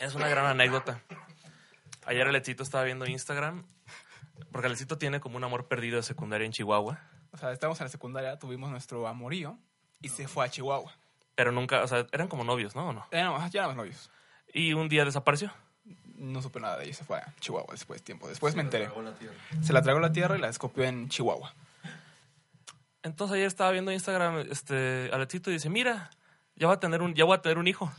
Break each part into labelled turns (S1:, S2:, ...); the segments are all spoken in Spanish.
S1: Es una gran anécdota. Ayer Alecito estaba viendo Instagram, porque Alecito tiene como un amor perdido de secundaria en Chihuahua,
S2: O sea, estábamos en la secundaria, tuvimos nuestro amorío y se fue a Chihuahua.
S1: pero nunca, o sea, eran como novios, ¿no? ¿O no?
S2: Ya éramos, ya éramos novios.
S1: Y un día desapareció.
S2: No supe nada de ella, se fue a Chihuahua después, tiempo después me enteré. Se la tragó la tierra y la escopió en Chihuahua.
S1: Entonces ayer estaba viendo Instagram, este, Alecito dice, mira, ya va a tener un, ya voy a tener un hijo.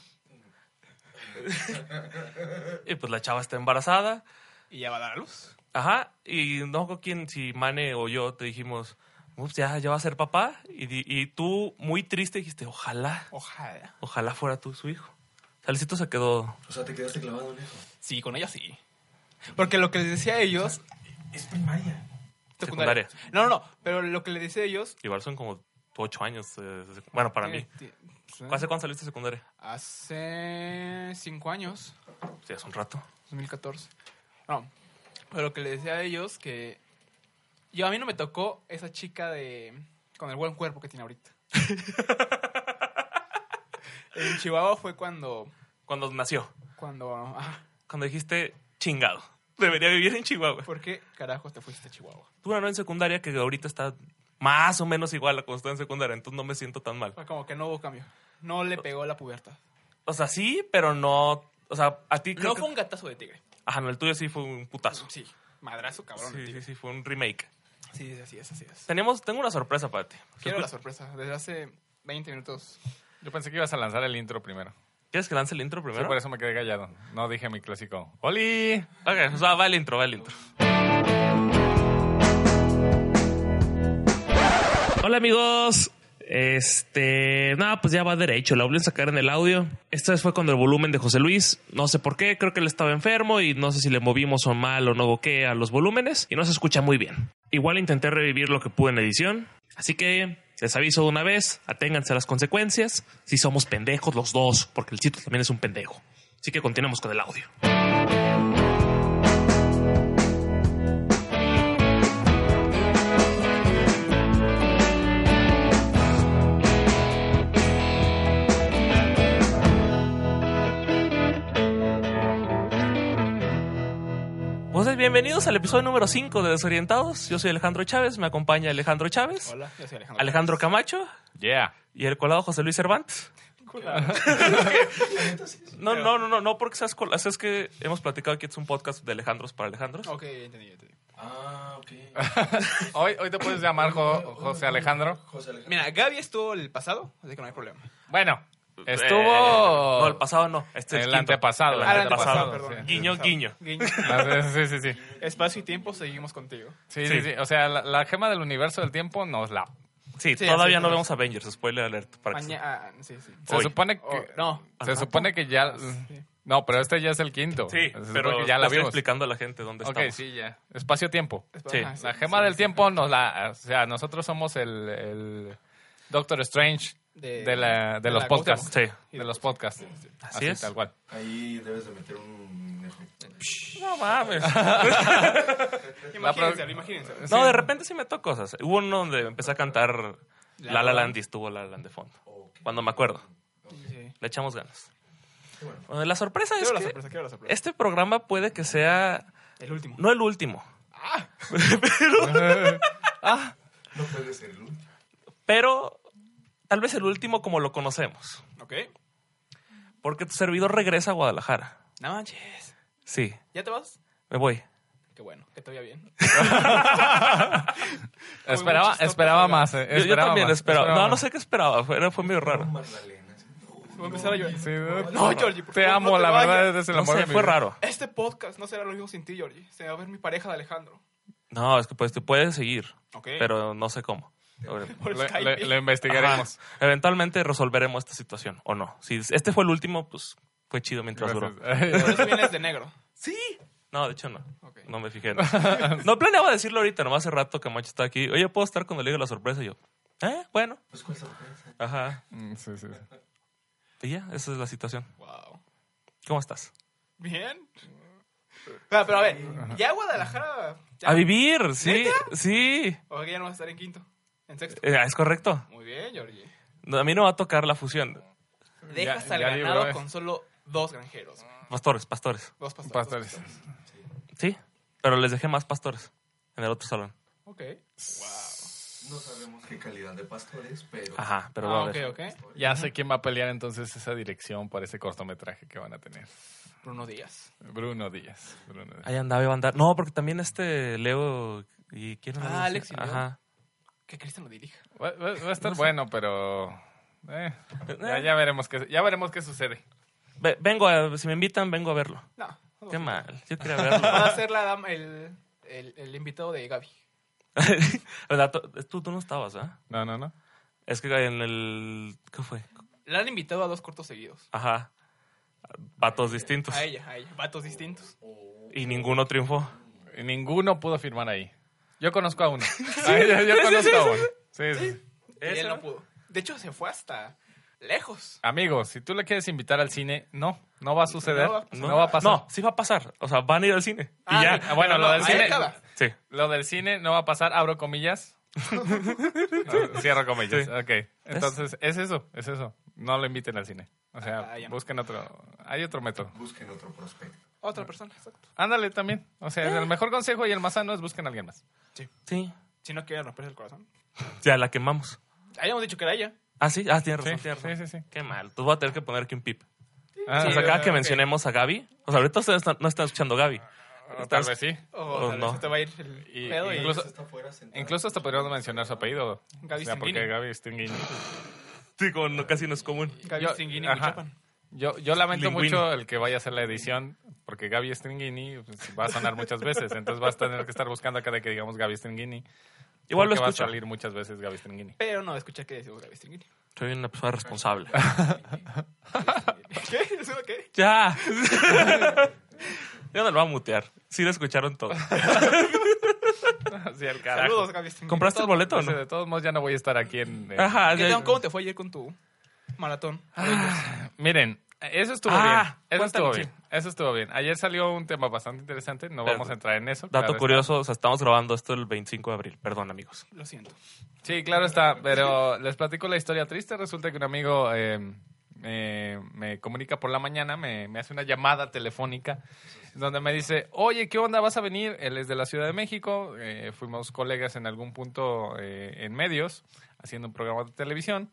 S1: y pues la chava está embarazada.
S2: Y ya va a dar a luz.
S1: Ajá, y no con quién, si Mane o yo te dijimos, ups, ya, ya va a ser papá. Y, di- y tú, muy triste, dijiste, ojalá,
S2: Ojalá.
S1: ojalá fuera tú su hijo. Salicito se quedó. pues,
S3: O sea, te quedaste clavado lejos.
S2: Sí, con ella sí. Porque lo que les decía a ellos...
S3: Es primaria.
S1: Secundaria.
S2: No, no, no. Pero lo que les decía a ellos...
S1: Igual son como ocho años. eh, de secu- bueno, para mí.
S2: Eh, sí.
S1: ¿Hace cuándo saliste de secundaria?
S2: Hace cinco años.
S1: Sí, hace un rato.
S2: 2014. No, pero lo que le decía a ellos que yo a mí no me tocó esa chica de con el buen cuerpo que tiene ahorita. en Chihuahua fue cuando
S1: Cuando nació.
S2: cuando ah,
S1: Cuando dijiste, chingado. Debería vivir en Chihuahua.
S2: ¿por qué carajos te fuiste a Chihuahua?
S1: Tú ganó en secundaria que ahorita está más o menos igual a cuando estaba en secundaria, entonces no me siento tan mal.
S2: Fue como que no hubo cambio. No le pegó la pubertad.
S1: O sea, sí, pero no. O sea, a ti. creo
S2: No
S1: que-
S2: fue un gatazo de tigre.
S1: Ajá, no, el tuyo sí fue un putazo.
S2: Sí, madrazo cabrón
S1: Sí,
S2: de
S1: sí,
S2: tigre.
S1: sí, fue un remake.
S2: Sí, así es, así es.
S1: Tenemos, tengo una sorpresa para ti.
S2: Quiero
S1: Escucha-
S2: la sorpresa desde hace 20 minutos.
S4: Yo pensé que ibas a lanzar el intro primero.
S1: ¿Quieres que lance el intro
S4: Sí,
S1: primero?
S4: por eso me quedé callado. No dije mi clásico. ¡Oli!
S1: Ok, o sea, va el intro, va el intro. Hola amigos. Este, nada, pues ya va derecho, la volví a sacar en el audio. Esta vez fue con el volumen de José Luis, no sé por qué, creo que él estaba enfermo y no sé si le movimos o mal o no o qué a los volúmenes y no se escucha muy bien. Igual intenté revivir lo que pude en edición, así que les aviso de una vez, aténganse a las consecuencias, si somos pendejos los dos, porque el sitio también es un pendejo. Así que continuemos con el audio. Pues bienvenidos al episodio número 5 de Desorientados. Yo soy Alejandro Chávez, me acompaña Alejandro Chávez,
S2: Hola, yo soy Alejandro.
S1: Alejandro Camacho
S4: Yeah.
S1: y el colado José Luis Cervantes. No, no, no, no, no porque seas colado. Es que hemos platicado que es un podcast de Alejandros para Alejandros.
S2: Ok, ya entendí, ya entendí.
S3: Ah, ok.
S4: Hoy, hoy te puedes llamar Jo- José Alejandro.
S3: José Alejandro.
S2: Mira, Gaby estuvo el pasado, así que no hay problema.
S4: Bueno,
S1: Eh,
S4: estuvo.
S1: no, el pasado no. Este es
S4: El
S1: quinto.
S4: antepasado.
S1: El
S4: Ah, el
S1: antepasado,
S4: antepasado,
S1: perdón.
S4: sí.
S1: Guiño, guiño.
S2: Guiño.
S4: Ah, Sí, sí, sí.
S2: Espacio y tiempo, seguimos contigo.
S4: Sí, sí, sí. O sea, la, la gema del universo del tiempo nos la.
S1: Sí,
S2: Sí,
S1: todavía
S2: así
S1: no
S2: es.
S1: vemos Avengers, spoiler alert. Para que-
S2: Mañana, ah, sí, sí.
S4: Se
S1: Hoy.
S4: supone que.
S2: Oh, no.
S4: Se supone que ya. No, pero este ya es el quinto.
S1: Sí,
S4: Se supone
S1: pero
S4: que ya
S1: le
S4: la
S1: estoy
S4: vimos.
S1: explicando a la gente dónde
S4: Ok,
S1: estamos.
S4: sí, ya. Espacio-tiempo.
S1: Sí.
S2: Ajá,
S4: La gema del tiempo nos la. O sea, nosotros somos el, el Doctor Strange
S2: De-
S4: de, la- de
S2: de
S4: los
S2: la
S4: podcasts.
S1: Cuauhtémoc.
S4: De los podcasts. Así,
S1: es.
S4: tal cual.
S3: Ahí debes de meter un...
S1: No mames.
S2: Imagínense, imagínense.
S1: No, de repente sí me tocó cosas. Hubo uno donde empecé a cantar La La Land y estuvo La La Land de fondo. Cuando me acuerdo.
S2: Sí.
S1: Le echamos ganas. Bueno, la sorpresa es
S2: Quiero la
S1: que
S2: sorpresa, quiero la sorpresa.
S1: este programa puede que sea
S2: El último.
S1: no el último,
S3: No puede ser el último.
S1: pero tal vez el último como lo conocemos.
S2: Ok.
S1: Porque tu servidor regresa a Guadalajara.
S2: No manches.
S1: Sí,
S2: ¿Ya te vas?
S1: me voy.
S2: Qué bueno, que te vaya bien.
S4: Esperaba,
S2: muchos
S4: esperaba
S2: tópicos,
S4: más. eh,
S1: Yo- Yo,
S4: esperaba
S1: también esperaba.
S4: más, esperaba
S1: No, no
S4: más.
S1: sé qué esperaba. Fue, fue medio raro.
S3: Magdalena. sí.
S2: Voy a empezar a llorar.
S4: Sí,
S2: No, Georgie, por
S4: Te
S2: favor,
S4: amo,
S2: no te
S4: la verdad,
S2: vayas.
S4: eres el
S1: No
S4: amor
S1: sé,
S4: de mi
S1: fue
S4: vida.
S1: raro.
S2: Este podcast no será lo mismo sin ti, Georgie. Se va a ver mi pareja de Alejandro.
S1: No, es que pues te puedes seguir,
S2: Ok.
S1: pero no sé cómo.
S2: Por
S4: Le-
S2: Skype.
S4: le- Lo investigaremos.
S1: Eventualmente resolveremos esta situación o no. Si este fue el último, pues Fue chido mientras duró.
S2: Por eso vienes de negro.
S1: Sí. No, de hecho no.
S2: Ok.
S1: No me fijé. No planeaba decirlo ahorita, nomás hace rato que Mancho está aquí. Oye, ¿puedo estar cuando le diga la sorpresa? Y yo, ¿eh? Bueno.
S3: Pues cuál sorpresa.
S1: Ajá.
S4: Mm, sí, sí.
S1: Y ya, esa es la situación.
S2: Wow.
S1: ¿Cómo estás?
S2: Bien. Pero, pero a ver, ya Guadalajara. Ya,
S1: A vivir, sí.
S2: ¿Neta?
S1: Sí.
S2: O que ya no vas a estar en quinto. En sexto.
S1: Eh, es correcto.
S2: Muy bien, Jorge.
S1: No, A mí no va a tocar la fusión.
S2: Dejas
S4: Ya-
S2: al
S4: ya
S2: ganado
S4: libró, eh.
S2: con solo dos granjeros.
S1: Pastores, pastores.
S2: Dos pastores.
S4: Pastores.
S2: dos pastores.
S1: Sí. Pero les dejé más pastores en el otro salón.
S2: Ok. Wow.
S3: No sabemos qué calidad de pastores, pero.
S1: Ajá, pero va
S2: Ah,
S1: a
S2: ok,
S1: haber.
S2: ok.
S4: Ya sé quién va a pelear entonces esa dirección para ese cortometraje que van a tener.
S2: Bruno Díaz.
S4: Bruno Díaz. Bruno Díaz.
S1: Ahí andaba, iba a andar. No, porque también este Leo y quién
S2: Ah,
S1: andaba?
S2: Alex y Leo.
S1: Ajá.
S2: Que Cristian lo dirija.
S4: Va, va- va a estar bueno, pero eh, ya,
S1: Eh.
S4: ya veremos qué ya veremos qué sucede.
S1: Ve- vengo a, si me invitan, vengo a verlo.
S2: No. no
S1: Qué
S2: lo-
S1: mal. Yo quería
S2: Va
S1: verlo.
S2: a ser la dama- el, el, el invitado de Gaby.
S1: ¿Verdad? Tú- Tú, tú no estabas, ¿ah?
S4: No, no, no.
S1: Es que en el. ¿Qué fue?
S2: La han invitado a dos cortos seguidos.
S1: Ajá. Vatos distintos.
S2: A ella, a ella. Vatos distintos.
S1: Y ninguno triunfó.
S4: Y Ninguno pudo firmar ahí. Yo conozco a uno. Ay, yo, yo conozco a uno. Sí, sí.
S2: Y
S1: ¿Esa?
S2: él no pudo. De hecho, se fue hasta lejos.
S4: Amigos, si tú le quieres invitar al cine, no, no va a suceder.
S2: No va a
S4: No, va a pasar.
S1: No, sí va a pasar. O sea, van a ir al cine.
S2: Ah,
S1: y ya.
S4: Ah, bueno,
S2: Pero
S4: lo
S2: no,
S4: del
S2: ahí
S4: cine.
S2: acaba.
S1: Sí.
S4: Lo del cine no va a pasar, abro comillas. No, cierro comillas.
S1: Sí.
S4: Ok. Entonces, es eso, es eso. No lo inviten al cine. O sea,
S2: Ah, ya no.
S4: busquen otro. Hay otro método.
S3: Busquen otro prospecto.
S2: Otra persona, exacto.
S4: Ándale también. O sea, el mejor consejo y el más sano es busquen a alguien más.
S1: Sí.
S2: Si no quiere romperse el corazón.
S1: Ya la quemamos.
S2: Habíamos dicho que era ella.
S1: Ah, sí. Ah, tienes
S4: Sí,
S1: razón. tienes
S4: sí,
S1: razón.
S4: sí, sí.
S1: Qué mal. Tú vas a tener que poner aquí un pip.
S4: Ah,
S1: o sea, cada
S2: eh,
S1: que
S2: ok.
S1: mencionemos a Gaby. O sea, ahorita ustedes no- no están escuchando a Gaby.
S4: Ah, tal vez sí.
S2: O
S1: Oh,
S2: tal vez
S1: no.
S2: se te va a ir el
S4: Y-
S2: pedo y,
S4: incluso-
S3: Está afuera sentado.
S4: Incluso hasta podríamos mencionar su apellido.
S2: Gaby
S4: o sea, porque
S2: Stingini.
S4: Gaby pues, Stingini.
S1: Sí, como no- casi no es común.
S2: Gaby
S4: Yo-
S2: Stringini
S4: ajá.
S2: Michoacán.
S4: Yo, yo lamento
S1: Linguini.
S4: mucho el que vaya a hacer la edición, porque Gaby Stringini pues, va a sonar muchas veces, entonces vas a tener que estar buscando acá de que digamos Gaby Stringini.
S1: Igual lo
S4: porque va a
S1: escucho.
S4: salir muchas veces Gaby Stringini.
S2: Pero no, escuché que decía Gaby Stringini.
S1: Soy una persona responsable.
S2: ¿Qué? ¿Eso qué?
S1: ya. ya no lo va a mutear. Sí lo escucharon todo.
S4: Así al carajo.
S2: Saludos, Gaby Stringini.
S1: ¿Compraste el boleto o
S4: Entonces,
S1: no?
S4: de todos modos ya no voy a estar aquí en... eh, en-
S1: Ajá.
S2: ¿Qué
S1: ya-
S2: tal? ¿Cómo te fue ayer con tu maratón?
S4: Miren, eso estuvo
S1: Ah,
S4: bien. Eso estuvo
S1: cuéntanos,
S4: bien.
S1: sí.
S4: Eso estuvo bien. Ayer salió un tema bastante interesante, no
S1: Pero-
S4: vamos a entrar en eso.
S1: Dato
S4: claro está.
S1: curioso, o sea, estamos grabando esto el 25 de abril. Perdón, amigos.
S2: Lo siento.
S4: Sí, claro está, pero les platico la historia triste. Resulta que un amigo eh, eh, me comunica por la mañana, me, me hace una llamada telefónica donde me dice, oye, ¿qué onda? ¿Vas a venir? Él es de la Ciudad de México, eh, fuimos colegas en algún punto eh, en medios, haciendo un programa de televisión.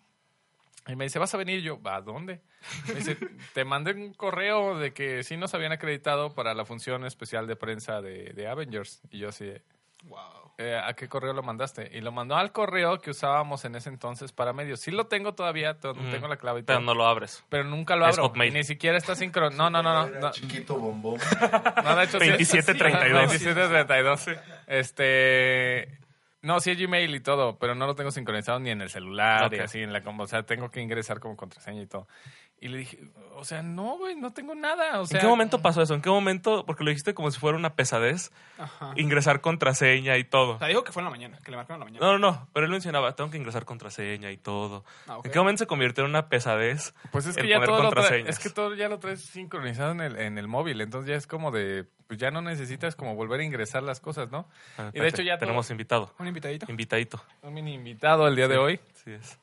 S4: Y me dice, ¿vas a venir? Y yo, ¿a dónde? Me dice, te mandé un correo de que sí nos habían acreditado para la función especial de prensa de, de Avengers. Y yo así, de,
S2: Wow.
S4: eh, ¿A qué correo lo mandaste? Y lo mandó al correo que usábamos en ese entonces para medios. Sí lo tengo todavía, to-
S1: Mm,
S4: tengo la clave y
S1: Pero
S4: todo,
S1: no lo abres.
S4: pero nunca lo
S1: Es
S4: abro.
S1: Hotmail.
S4: Y Ni siquiera está sincron. No, no, no, no.
S3: Era
S4: Ah, no,
S3: Chiquito bombón.
S4: no, de hecho, sí.
S1: 2732.
S4: 2732, sí. Este. No, sí es Gmail y todo, pero no lo tengo sincronizado ni en el celular, ni
S1: Ok.
S4: así en la com- O sea, tengo que ingresar como contraseña y todo. Y le dije, o sea, no, güey, no tengo nada. O sea,
S1: ¿En qué momento pasó eso? ¿En qué momento? Porque lo dijiste como si fuera una pesadez.
S2: Ajá.
S1: Ingresar contraseña y todo.
S2: O sea, dijo que fue en la mañana, que le marcaron en la mañana.
S1: No, no, no. Pero él mencionaba, tengo que ingresar contraseña y todo.
S2: Ah, ok.
S1: ¿En qué momento se convirtió en una pesadez?
S4: Pues es
S1: el
S4: que ya
S1: poner
S4: todo lo traes,
S1: contraseñas?
S4: es que todo ya lo traes sincronizado en el, en el móvil, entonces ya es como de, pues ya no necesitas como volver a ingresar las cosas, ¿no?
S1: Ah,
S4: y de hecho
S1: espérate,
S4: ya
S1: tenemos
S4: tenemos
S1: invitado.
S2: ¿Un invitadito?
S1: Invitadito.
S4: un mini invitado el día de hoy.
S1: Sí es.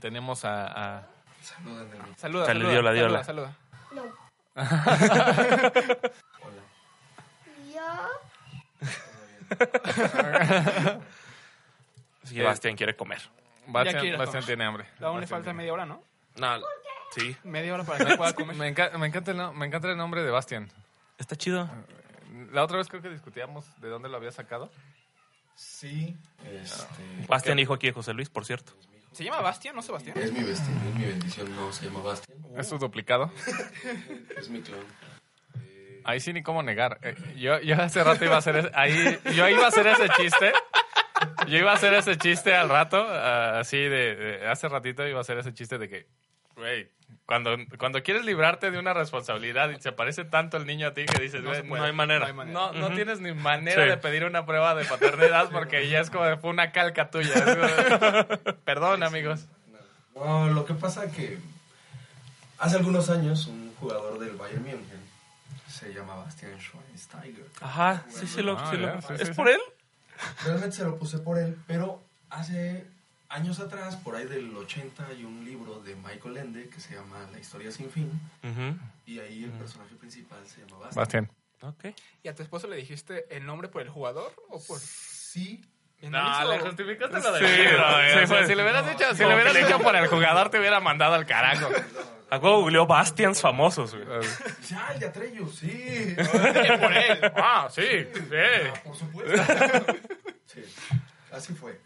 S4: Tenemos a, a-
S3: Saludan el micrófono.
S2: Saluda,
S1: Chale,
S2: saluda,
S1: diola,
S2: saluda,
S1: diola.
S2: saluda.
S3: Hola.
S5: Yo,
S1: Sí, Bastián quiere comer.
S4: Bastian,
S2: quiero
S4: Bastian
S2: comer.
S4: tiene hambre.
S2: Aún le
S4: Bastian
S2: falta
S4: tiene-
S2: media hora, ¿no?
S1: No, sí.
S2: Media hora para que pueda comer.
S4: Me, enca- me encanta el, no- me encanta el nombre de Bastian.
S1: Está chido.
S4: Ah, La otra vez creo que discutíamos de dónde lo había sacado.
S3: Sí, este.
S1: Bastián, hijo aquí de José Luis, por cierto.
S2: ¿Se llama Bastian, no Sebastián?
S3: Es mi vestido, es mi bendición. No se llama Bastian.
S2: Uh.
S4: Es su duplicado.
S3: Es mi clon.
S4: Ahí sí ni cómo negar. Eh, Yo, yo hace rato iba a hacer ese, ahí, yo iba a hacer ese chiste. Yo iba a hacer ese chiste al rato, ah, así de, de- hace ratito iba a hacer ese chiste de que, güey, Cuando, cuando quieres librarte de una responsabilidad y se parece tanto el niño a ti que dices,
S2: No se
S4: "Güey,
S2: puede,
S4: no hay manera.
S2: no
S4: No,
S2: hay manera.
S4: no tienes ni manera
S1: Sí.
S4: de pedir una prueba de paternidad porque ya es como de, fue una calca tuya. Es como de, Perdón, amigos.
S3: No, lo que pasa que hace algunos años un jugador del Bayern München se llama Bastian Schweinsteiger.
S1: Ajá, sí, sí lo.
S4: Ah,
S1: sí lo-
S4: ya, sí,
S1: ¿Es
S4: sí,
S1: por él?
S3: Realmente se lo puse por él, pero hace años atrás, por ahí del 80, hay un libro de Michael Ende que se llama La historia sin fin y ahí el personaje principal se llama Bastian.
S4: Bastián.
S1: Ok.
S2: ¿Y a tu esposo le dijiste el nombre por el jugador o por.?
S3: Sí,
S4: No, le justificaste lo de
S1: Sí, güey, o sea,
S4: si le hubieras dicho,
S1: como
S4: si le
S1: que
S4: hubieras
S1: le-
S4: dicho por el jugador, te hubiera mandado al carajo.
S1: A huevo googleó Bastians famosos, güey.
S3: dice, ah, el de Atreyu, sí.
S4: por él. Ah, sí, sí.
S3: Ah, por supuesto. Sí, así fue.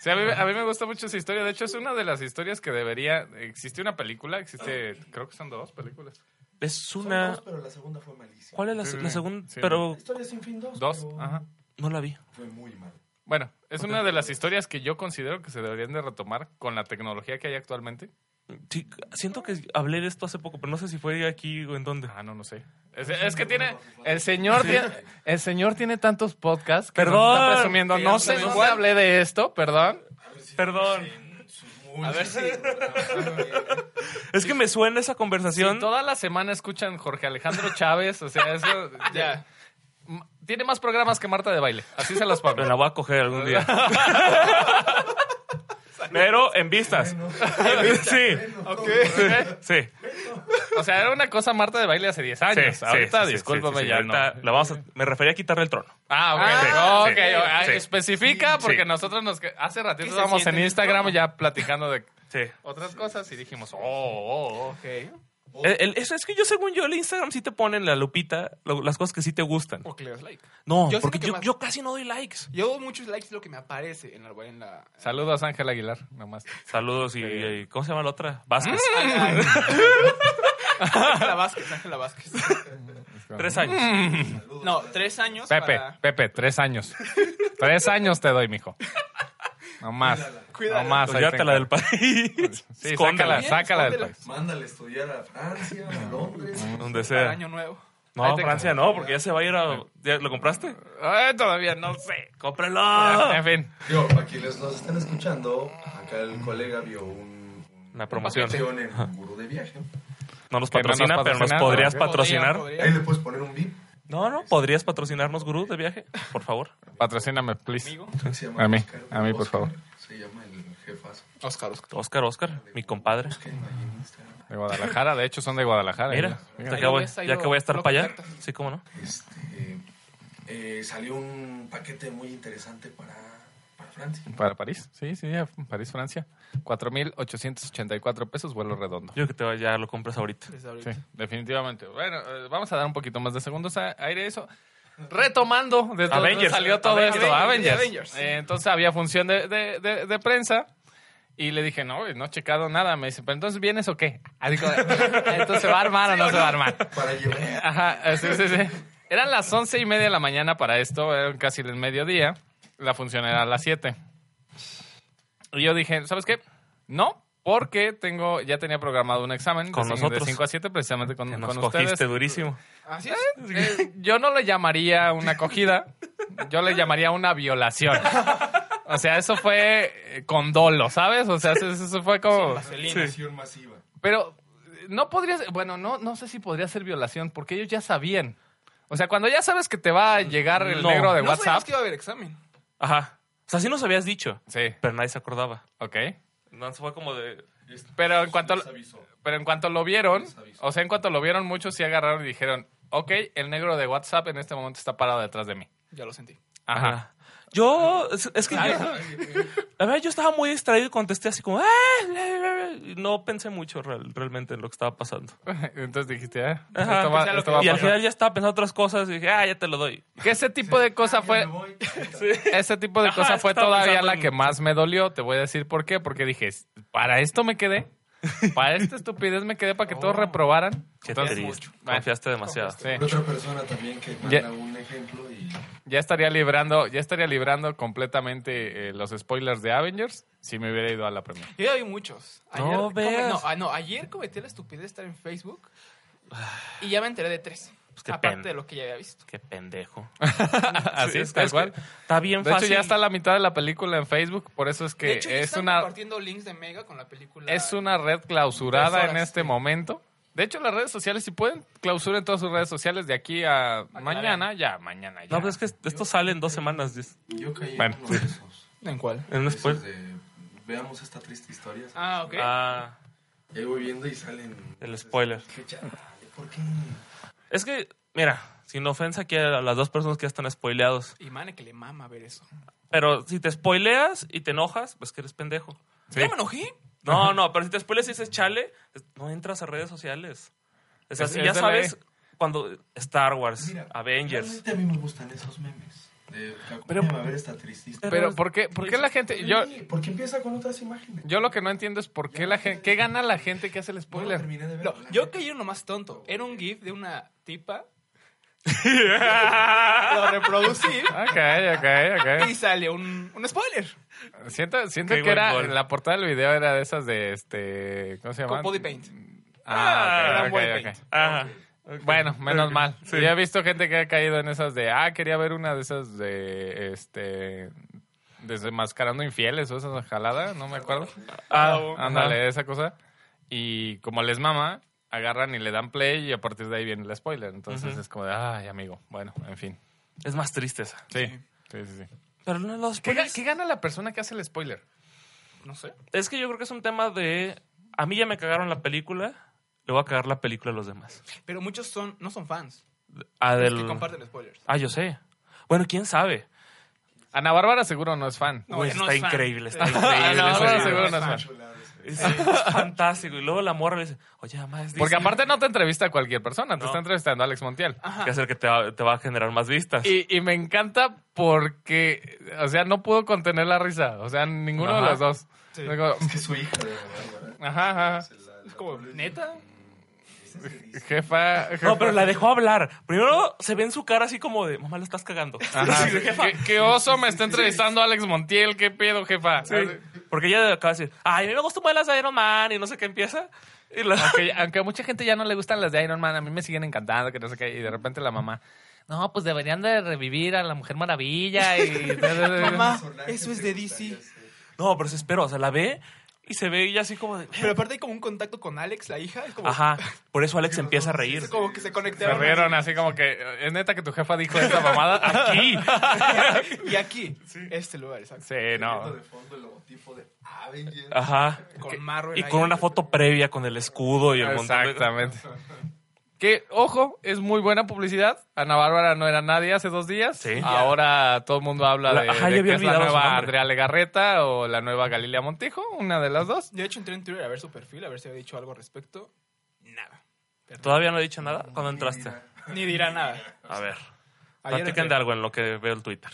S4: Sí, a mí, a mí me gusta mucho esa historia. De hecho, es una de las historias que debería. Existe una película, existe. Creo que son dos películas.
S1: Es
S3: Son
S1: una.
S3: dos, pero la segunda fue malísima.
S1: ¿Cuál es la,
S4: Sí,
S1: la segunda?
S4: sí.
S1: Pero
S3: La historia sin fin dos.
S4: Dos,
S3: pero
S4: ajá.
S1: no la vi.
S3: Fue muy mal.
S4: Bueno, es una de las historias que yo considero que se deberían de retomar con la tecnología que hay actualmente.
S1: Sí, siento que hablé de esto hace poco, pero no sé si fue aquí o en dónde.
S4: Ah, no, no sé. Es, es que tiene. El señor tiene. El señor tiene tantos podcasts que nos
S1: Perdón.
S4: está presumiendo.
S1: Que
S4: No
S1: ya
S4: sé
S1: saben
S4: dónde
S1: cuál.
S4: hablé de esto, perdón.
S1: Perdón.
S3: A ver si.
S1: Es que me suena esa
S4: Si
S1: conversación.
S4: toda la semana escuchan Jorge Alejandro Chávez, o sea, eso.
S2: Ya.
S4: M- Tiene más programas que Marta de baile. Así se los pongo.
S1: Me la voy a coger algún día. Pero en vistas. Sí,
S4: ¿Ok?
S1: sí.
S4: O sea, era una cosa Marta de baile hace 10
S1: Sí,
S4: años.
S1: sí,
S4: ahorita,
S1: sí, sí,
S4: discúlpame,
S1: sí, sí,
S4: ya
S1: ahorita
S4: no.
S1: la vamos a- me refería a quitarle el trono.
S4: Ah, ok.
S1: Ah,
S4: ok,
S1: sí,
S4: ok. Ah,
S1: sí.
S4: Especifica porque
S1: Sí.
S4: nosotros nos... que- Hace ratito
S2: ¿Qué se
S4: estábamos en
S2: siente?
S4: Instagram ya platicando de
S1: Sí.
S4: otras cosas y dijimos, oh, oh, oh.
S2: Ok.
S1: El- el- es, es que yo, según yo, el Instagram sí te ponen la lupita, lo- las cosas que sí te gustan.
S2: Porque le das like.
S1: No,
S2: Yo siento
S1: porque
S2: que
S1: yo,
S2: más-
S1: yo casi no doy likes.
S2: Yo muchos likes lo que me aparece en la. En la
S4: Saludos, Ángel Aguilar, nomás.
S1: Saludos y, y- ¿cómo se llama la otra? Vázquez.
S4: Ah,
S2: Ángela Vázquez, Ángela Vázquez.
S1: Tres años.
S2: No, tres años.
S4: Pepe,
S2: para-
S4: Pepe, tres años. tres años te doy, mijo. Nomás.
S2: Cuídala.
S4: Nomás. ahí te
S1: Pues la del
S4: encargo.
S1: país.
S4: Sí,
S1: Escóndela.
S4: sácala, sácala del
S2: escóndela.
S4: país.
S3: Mándale a estudiar a Francia, a Londres.
S1: Donde
S2: para
S1: sea.
S2: año nuevo.
S1: No,
S4: Ahí te-
S1: Francia no, porque ya se va a ir a... ¿ya ¿Lo compraste?
S4: Eh, todavía no sé. En
S1: ¡Cómpralo!
S4: fin.
S3: Digo, para quienes nos están escuchando, acá el colega vio un.
S1: Una promoción.
S3: promoción en Gurú de Viaje.
S1: No nos
S4: Que no nos
S1: patrocina, pero nos
S4: patrocina,
S1: podrías
S4: ¿no?
S1: patrocinar.
S2: Podría,
S3: Ahí
S2: podría.
S3: le puedes poner un VIP.
S1: No, no, podrías patrocinarnos, gurú de viaje, por favor.
S4: Patrocíname, please.
S3: Se llama
S4: A mí,
S3: Oscar,
S4: a mí, por
S3: Oscar,
S4: favor.
S3: Se llama el jefazo.
S2: Oscar, Oscar.
S1: Oscar, Oscar, mi compadre.
S3: Que no hay en Instagram.
S4: De Guadalajara, de hecho son de Guadalajara.
S1: Mira,
S4: Mira.
S1: ya que voy,
S2: ves, ahí
S1: ya
S2: lo-
S1: que voy a estar
S2: lo
S1: para allá.
S2: contactas.
S1: Sí, cómo no.
S3: Este, eh, salió un paquete muy interesante para, para Francia.
S4: Para París, sí, sí, a París, Francia. 4.884 pesos, vuelo redondo.
S1: Yo que te vaya, lo compras ahorita.
S2: Desde ahorita.
S4: Sí, definitivamente. Bueno, eh, vamos a dar un poquito más de segundos a aire a eso. Retomando desde donde
S1: Avengers.
S4: salió todo
S1: Avengers.
S4: esto, Avengers.
S2: Avengers.
S4: Eh, entonces había función de, de- de- de prensa y le dije, no, güey, no he checado nada. Me dice, pero entonces vienes o qué? Así como, entonces se va a armar o no se va a armar.
S3: Para llevar.
S4: Ajá, sí, sí, sí. Eran las once y media de la mañana para esto, eran casi el mediodía. La función era a las 7. Y yo dije, ¿sabes qué? No, porque tengo, ya tenía programado un examen
S1: Con
S4: de,
S1: nosotros.
S4: 5 a 7, precisamente con,
S1: Que nos
S4: con
S1: cogiste
S4: ustedes.
S1: durísimo.
S2: Así es.
S4: Eh, yo no le llamaría una acogida, yo le llamaría una violación. O sea, eso fue eh, con dolo, ¿sabes? O sea, eso, eso fue como...
S3: Vaselinación masiva.
S4: Pero eh, no podría ser, bueno, no, no sé si podría ser violación, porque ellos ya sabían. O sea, cuando ya sabes que te va a llegar el
S1: No.
S4: negro de
S2: No sabíamos
S4: WhatsApp.
S2: que iba a haber examen.
S1: Ajá. O sea, sí nos habías dicho,
S4: Sí,
S1: pero nadie se acordaba.
S4: ok.
S1: No, fue como de...
S4: Pero en cuanto,
S3: Les avisó.
S4: pero en cuanto lo vieron,
S3: Les aviso.
S4: o sea, en cuanto lo vieron, muchos sí agarraron y dijeron, ok, el negro de WhatsApp en este momento está parado detrás de mí.
S2: Ya lo sentí.
S4: Ajá.
S1: Ajá. Yo, es, es que yo, la verdad yo estaba muy distraído y contesté así como, "Ah, la, la, la", y no pensé mucho real- realmente en lo que estaba pasando.
S4: Entonces dijiste, ah,
S1: Ajá.
S4: esto va,
S1: Que sea lo
S4: esto
S1: que-
S4: va a
S1: y al
S4: pasar.
S1: final ya estaba pensando otras cosas y dije, ah, ya te lo doy.
S4: Que ese tipo de cosa
S3: Ya
S4: fue...
S3: me voy.
S4: Ese tipo de
S1: Ajá, es
S4: cosa
S1: que
S4: fue
S1: estaba
S4: todavía
S1: pensando
S4: la
S1: en-
S4: que más me dolió. Te voy a decir por qué. Porque dije, para esto me quedé. Para esta estupidez me quedé para que todos reprobaran.
S1: Oh. Qué
S4: Entonces,
S1: triste.
S4: bueno,
S1: Confiaste demasiado.
S4: sí.
S3: Por otra persona también que manda
S4: Ya.
S3: un ejemplo y
S4: ya estaría librando, ya estaría librando completamente eh, los spoilers de Avengers si me hubiera ido a la premiere.
S2: Yo ya vi muchos. Ayer,
S1: No
S2: come-
S1: veas.
S2: no, ah, no, ayer cometí la estupidez de estar en Facebook y ya me enteré de tres.
S1: Pues qué
S2: aparte
S1: pena.
S2: de lo que ya había visto.
S1: Qué pendejo.
S4: Así es,
S1: Sí,
S4: tal
S1: es que
S4: cual.
S1: Está bien
S4: De
S1: fácil.
S4: hecho, ya está la mitad de la película en Facebook, por eso es que
S2: de hecho, ya
S4: es
S2: están
S4: una
S2: compartiendo links de Mega con la película.
S4: es una red clausurada
S2: Tres horas,
S4: en este
S2: sí.
S4: momento. De hecho, las redes sociales, si pueden, clausuren todas sus redes sociales de aquí a mañana, ya, mañana, ya.
S1: No, pues es que esto sale en dos semanas. es-
S3: yo caí
S4: Bueno,
S3: en uno de esos.
S2: ¿En cuál?
S1: En
S3: Esos
S1: después.
S3: de, veamos esta triste historia.
S2: Ah, ok.
S1: Ah,
S3: Y ahí voy viendo y salen...
S1: el spoiler.
S3: Que chale, ¿Por qué?
S1: Es que, mira, sin ofensa aquí a las dos personas que ya están spoileados.
S2: Y mane que le mama ver eso.
S1: Pero si te spoileas y te enojas, pues que eres pendejo.
S2: ¿Ya me enojé?
S1: No, no, pero si te spoileas y dices chale, es- no entras a redes sociales. Es
S4: Es-
S1: así,
S4: es
S1: ya
S4: de E.
S1: sabes,
S4: ley.
S1: cuando Star Wars,
S3: Pues Mira,
S1: Avengers.
S3: Realmente a mí me gustan esos memes. De,
S4: Pero-
S3: pero, a ver esta triste historia.
S4: Pero ¿por qué, por qué la gente? Yo,
S3: Sí, porque empieza con otras imágenes.
S4: yo lo que no entiendo es por qué la gente, ¿qué gana la gente que hace el
S3: No lo
S4: spoiler?
S3: terminé de ver.
S2: No, yo caí en lo más tonto. Era un GIF de una tipa. lo reproducí
S4: Ok,
S2: y
S4: ok,
S2: sale un, un spoiler.
S4: ok. Siento, siento
S1: Qué
S4: que
S1: buen
S4: era,
S1: gol.
S4: la portada del video era de esas de este, ¿cómo se llama?
S2: Con body paint.
S4: Ah,
S1: Ah,
S4: ok, ok,
S2: body
S4: ok.
S2: paint.
S1: Ajá.
S4: Bueno, menos mal. Yo he visto gente que ha caído en esas de, ah, quería ver una de esas de, este, desmascarando infieles o esas jaladas, no me acuerdo.
S1: Ah,
S4: Ándale, esa cosa. Y como les mama, agarran y le dan play y a partir de ahí viene el spoiler. Entonces es como de, ay, amigo. Bueno, en fin.
S1: Es más triste esa.
S4: Sí, sí, sí. Pues sí.
S1: Pero no los
S4: ¿Qué, ga-
S1: spoilers-
S4: qué gana la persona que hace el spoiler?
S2: No sé.
S1: Es que yo creo que es un tema de. A mí ya me cagaron la película, le voy a cagar la película a los demás.
S2: Pero muchos son, no son fans.
S1: Ah,
S2: Los
S1: del-
S2: que comparten spoilers.
S1: ah, yo sé. Bueno, quién sabe.
S4: Ana Bárbara seguro no es fan.
S2: No,
S1: Güey,
S2: ya no
S1: está
S2: es fan.
S1: increíble, está
S2: Sí.
S1: increíble.
S4: Ah, no,
S1: ese
S4: no,
S1: video.
S4: seguro no es
S3: Están
S4: fan.
S3: chuladas.
S1: Es, fantástico. Y luego la morra le dice, oye, mamá, es
S4: Porque
S1: Disney.
S4: aparte no te entrevista a cualquier persona, te
S1: No.
S4: está entrevistando a Alex Montiel.
S1: Que es el que te va, te va a generar más vistas.
S4: Y, y me encanta porque, o sea, no pudo contener la risa. O sea, ninguno
S1: Ajá.
S4: de los dos. Digo,
S3: Es que su hija de Bárbara.
S4: ajá, ajá.
S2: Es como, ¿neta?
S4: Jefa, jefa.
S1: No, pero la dejó hablar. Primero se ve en su cara así como de, mamá, la estás cagando.
S4: Ajá. ¿Qué, qué oso me está entrevistando Alex Montiel, qué pedo, jefa. Ah,
S1: Porque ella acaba de decir, ay, a mí me gustan más las de Iron Man y no sé qué empieza. Y la-
S4: Aunque, aunque a mucha gente ya no le gustan las de Iron Man, a mí me siguen encantando, que no sé qué. Y de repente la mamá, no, pues deberían de revivir a la Mujer Maravilla y...
S2: Mamá, eso es de DC.
S1: No, pero se esperó. O sea, la ve y se ve ella así como de...
S2: Pero aparte hay como un contacto con Alex, la hija. Es como,
S1: Ajá. Por eso Alex empieza a reír.
S2: Es como que se
S4: Se
S2: conectaron.
S4: rieron así como que, es neta que tu jefa dijo esta mamada aquí.
S2: Y aquí, este lugar, exacto.
S4: Sí,
S3: No.
S4: no.
S3: de fondo el logotipo de Avengers.
S1: Ah. Ajá.
S2: Con
S1: Que-
S2: Marvel
S1: Y
S2: ahí.
S1: con una foto previa con el escudo y el montón de-
S4: Exactamente. Que, ojo, es muy buena publicidad. Ana Bárbara no era nadie hace dos días.
S1: Sí.
S4: Ahora todo el mundo habla
S1: La-
S4: de,
S1: ajá,
S4: de
S1: ya había
S4: que es la
S1: olvidado su
S4: nueva
S1: nombre.
S4: Andrea Legarreta o la nueva Galilea Montijo, una de las dos.
S2: Yo de hecho entré en Twitter a ver su perfil, a ver si había dicho algo al respecto. Nada.
S1: Todavía no he dicho nada. ¿Cuándo entraste?
S2: Ni dirá nada.
S1: A ver.
S2: Ayer
S1: Platiquen
S2: entré.
S1: de algo en lo que veo el Twitter.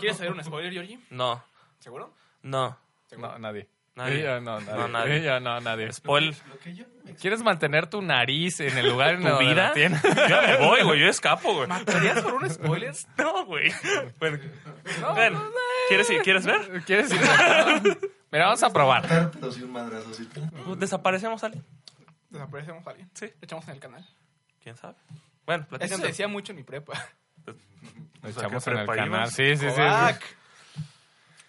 S2: ¿Quieres saber un spoiler, Georgie?
S1: No,
S2: ¿Seguro?
S1: no.
S4: No, nadie.
S1: Nadie.
S4: Ella no, nadie.
S1: No, nadie.
S4: Ella no, nadie.
S1: Spoiler.
S3: Lo que yo me
S4: ¿Quieres mantener tu nariz en el lugar en
S1: ¿Tu
S4: donde
S1: vida?
S4: la tienes?
S1: Yo me voy, güey. Yo escapo, güey.
S2: ¿Matarías por un spoiler?
S1: No, güey. Bueno, ven. ¿Quieres, ¿Quieres ver?
S4: ¿Quieres ir? Mira, vamos a probar.
S3: matar, pero sí un madrazo. Sí, te-
S1: Pues, Desaparecemos, Ale.
S2: Desaparecemos a alguien.
S1: Sí.
S2: Lo echamos en el canal.
S1: ¿Quién sabe? Bueno,
S2: Eso
S1: platicamos.
S2: me decía mucho en mi prepa.
S4: Lo
S1: O sea,
S4: echamos
S1: ¿qué
S4: en el
S1: prepa
S4: canal.
S1: ibas?
S4: Sí, sí, sí, sí.
S2: Kovac.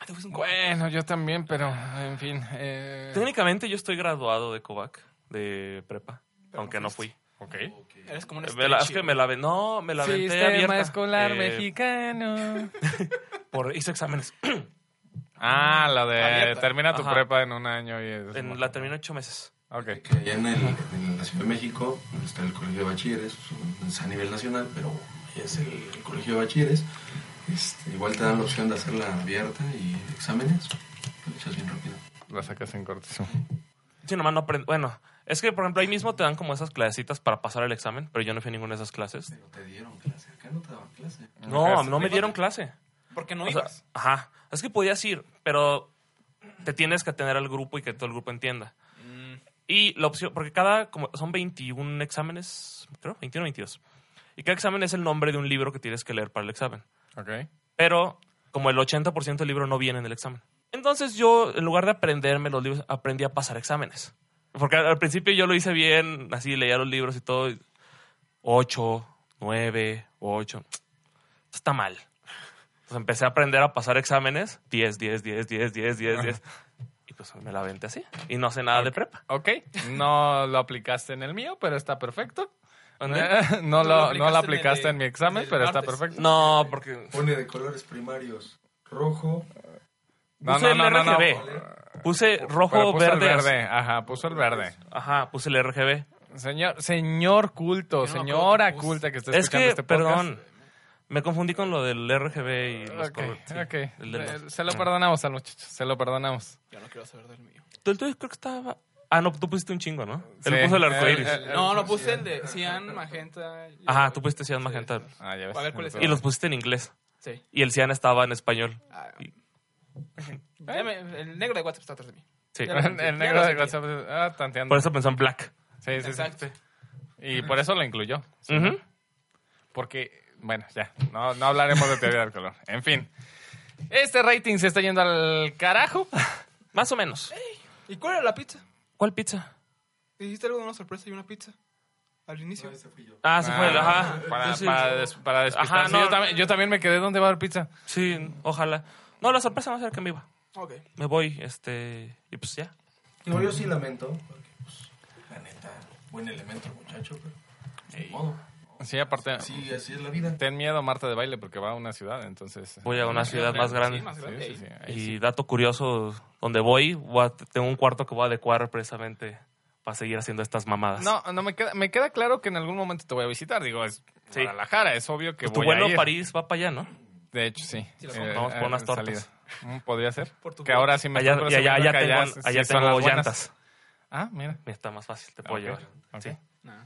S2: Ah, te fuiste un Kovac.
S4: Bueno, yo también, pero en fin. eh,
S1: Técnicamente yo estoy graduado de Kovac, de prepa,
S2: Pero
S1: aunque
S2: no
S1: no fui.
S4: Ok.
S2: Eres como un
S1: Eh, Me la- es
S2: stretchy,
S1: que me la ve- no, me la aventé
S4: Sistema
S1: abierta,
S4: escolar
S1: eh,
S4: mexicano.
S1: por hice exámenes.
S4: Ah, la de
S2: Abierta.
S4: termina tu
S1: Ajá.
S4: prepa en un año y es-
S1: En, la terminé ocho meses.
S4: Ok.
S3: que allá en, el, en la Ciudad de México está el Colegio de Bachilleres, pues, es a nivel nacional, pero es el, Colegio de Bachilleres. Este, igual te dan la opción de hacerla abierta y exámenes. Lo echas bien rápido.
S4: La sacas en cortísimo.
S1: Sí, nomás no aprendí. Bueno, es que por ejemplo ahí mismo te dan como esas clasecitas para pasar el examen, pero yo no fui a ninguna de esas clases.
S3: Pero te dieron clase, acá no te daban clase.
S1: No, no me dieron clase.
S2: Porque no
S1: O sea,
S2: ibas.
S1: ajá.
S2: Mm.
S1: Es que podías ir, pero te tienes que atender al grupo y que todo el grupo entienda. Y la opción, porque cada, como son 21 exámenes, creo, 21 o 22. Y cada examen es el nombre de un libro que tienes que leer para el examen.
S4: Ok.
S1: Pero como el 80% del libro no viene en el examen. Entonces yo, en lugar de aprenderme los libros, aprendí a pasar exámenes. Porque al, al principio yo lo hice bien, así leía los libros y todo. 8, 9, 8. Está mal. Entonces empecé a aprender a pasar exámenes. 10, 10, 10, 10, 10, 10, 10. Y pues me la aventé así. Y no sé nada de prepa.
S4: Ok, no lo aplicaste en el mío, pero está perfecto.
S1: ¿Dónde?
S4: no,
S2: Tú
S4: lo, no
S2: aplicaste
S4: lo aplicaste
S2: en el de-
S4: en mi examen,
S2: del
S4: pero está
S2: martes.
S4: perfecto.
S1: No, porque
S3: Pone de colores primarios. Rojo,
S4: No,
S1: Puse
S4: no, no,
S1: el
S4: no, no.
S1: RGB. puse
S4: Pero
S1: rojo,
S2: Oh,
S4: puso el
S1: verde. az-
S4: verde. Ajá, puso el verde.
S1: Ajá, puse el RGB.
S4: Señor, señor
S2: Yo
S4: culto,
S2: no me acuerdo
S4: señora
S2: qué puse.
S4: culta que está
S1: Es
S4: escuchando
S1: que,
S4: este podcast.
S1: perdón, me confundí con lo del RGB y los
S4: Ok,
S1: colores, sí,
S4: ok.
S1: el de los-
S4: Eh, Se lo perdonamos al muchacho, se lo perdonamos.
S2: Yo no quiero saber del mío.
S1: Tú, tú creo que estaba. Ah, no, tú pusiste un chingo, ¿no? Él
S4: Sí, Eh,
S1: puso el
S4: el-
S1: arcoíris.
S4: el-
S2: No, no puse el de cian, magenta. y-
S1: Ajá, tú pusiste Cian Magenta.
S4: Ah, ya ves.
S2: A ver, ¿cuál es?
S1: Y los pusiste en inglés.
S2: Sí.
S1: Y el Cian estaba en español.
S2: Ah, ya me- el negro de WhatsApp está atrás de mí.
S1: Sí.
S2: Ya
S4: El, el negro de WhatsApp ah, tanteando.
S1: Por eso pensó en black.
S4: Sí, sí, sí.
S2: Exacto.
S4: Y por eso lo incluyó. Sí.
S1: Ujú.
S4: Porque, bueno, ya, no, no hablaremos de teoría del color. En fin, este rating se está yendo al carajo.
S1: Más o menos.
S2: ¿Y cuál era la pizza?
S1: ¿Cuál pizza?
S2: Dijiste algo de una sorpresa y una pizza. Al inicio.
S3: ese fui yo.
S1: Ah, se fue el. Ajá.
S4: Para,
S1: Sí, sí.
S4: para, des- para despistar.
S1: Ajá,
S4: Sí,
S1: no.
S4: yo, también, yo también me quedé donde va a haber pizza.
S1: Sí, ojalá. No, la sorpresa va a ser que me iba.
S2: Ok.
S1: Me voy, este. Y pues ya.
S3: No, yo sí lamento, porque, pues, la neta, buen elemento, muchacho, pero. ni modo.
S4: Sí, aparte,
S3: Sí, así es la vida.
S4: ten miedo Marta de baile porque va a una ciudad, entonces.
S1: Voy a una ciudad más grande.
S2: Sí, más grande.
S4: Sí, sí, sí, ahí sí.
S1: Y dato curioso, donde voy, voy a- tengo un cuarto que voy a adecuar precisamente para seguir haciendo estas mamadas.
S4: No, no me queda, me queda claro que en algún momento te voy a visitar. Digo, es
S1: Sí.
S4: Guadalajara, es obvio que
S1: Pues tu
S4: voy
S1: vuelo
S4: a ir.
S1: a París va para allá, ¿no?
S4: De hecho, sí.
S2: Sí, las
S4: Eh,
S1: compramos por
S4: eh,
S1: unas tortas.
S4: salida. Mm, Podría ser.
S2: Por tu
S4: que
S2: culo.
S4: ahora sí me
S1: Allá,
S4: estoy
S1: y allá, allá
S4: procesando que
S1: tengo,
S4: sí
S1: allá
S4: son
S1: tengo
S4: las buenas.
S1: llantas.
S4: Ah, mira.
S1: Mira, está más fácil, te puedo
S4: Ah, Ok,
S1: llevar.
S4: ok.
S1: Sí.
S2: Nah.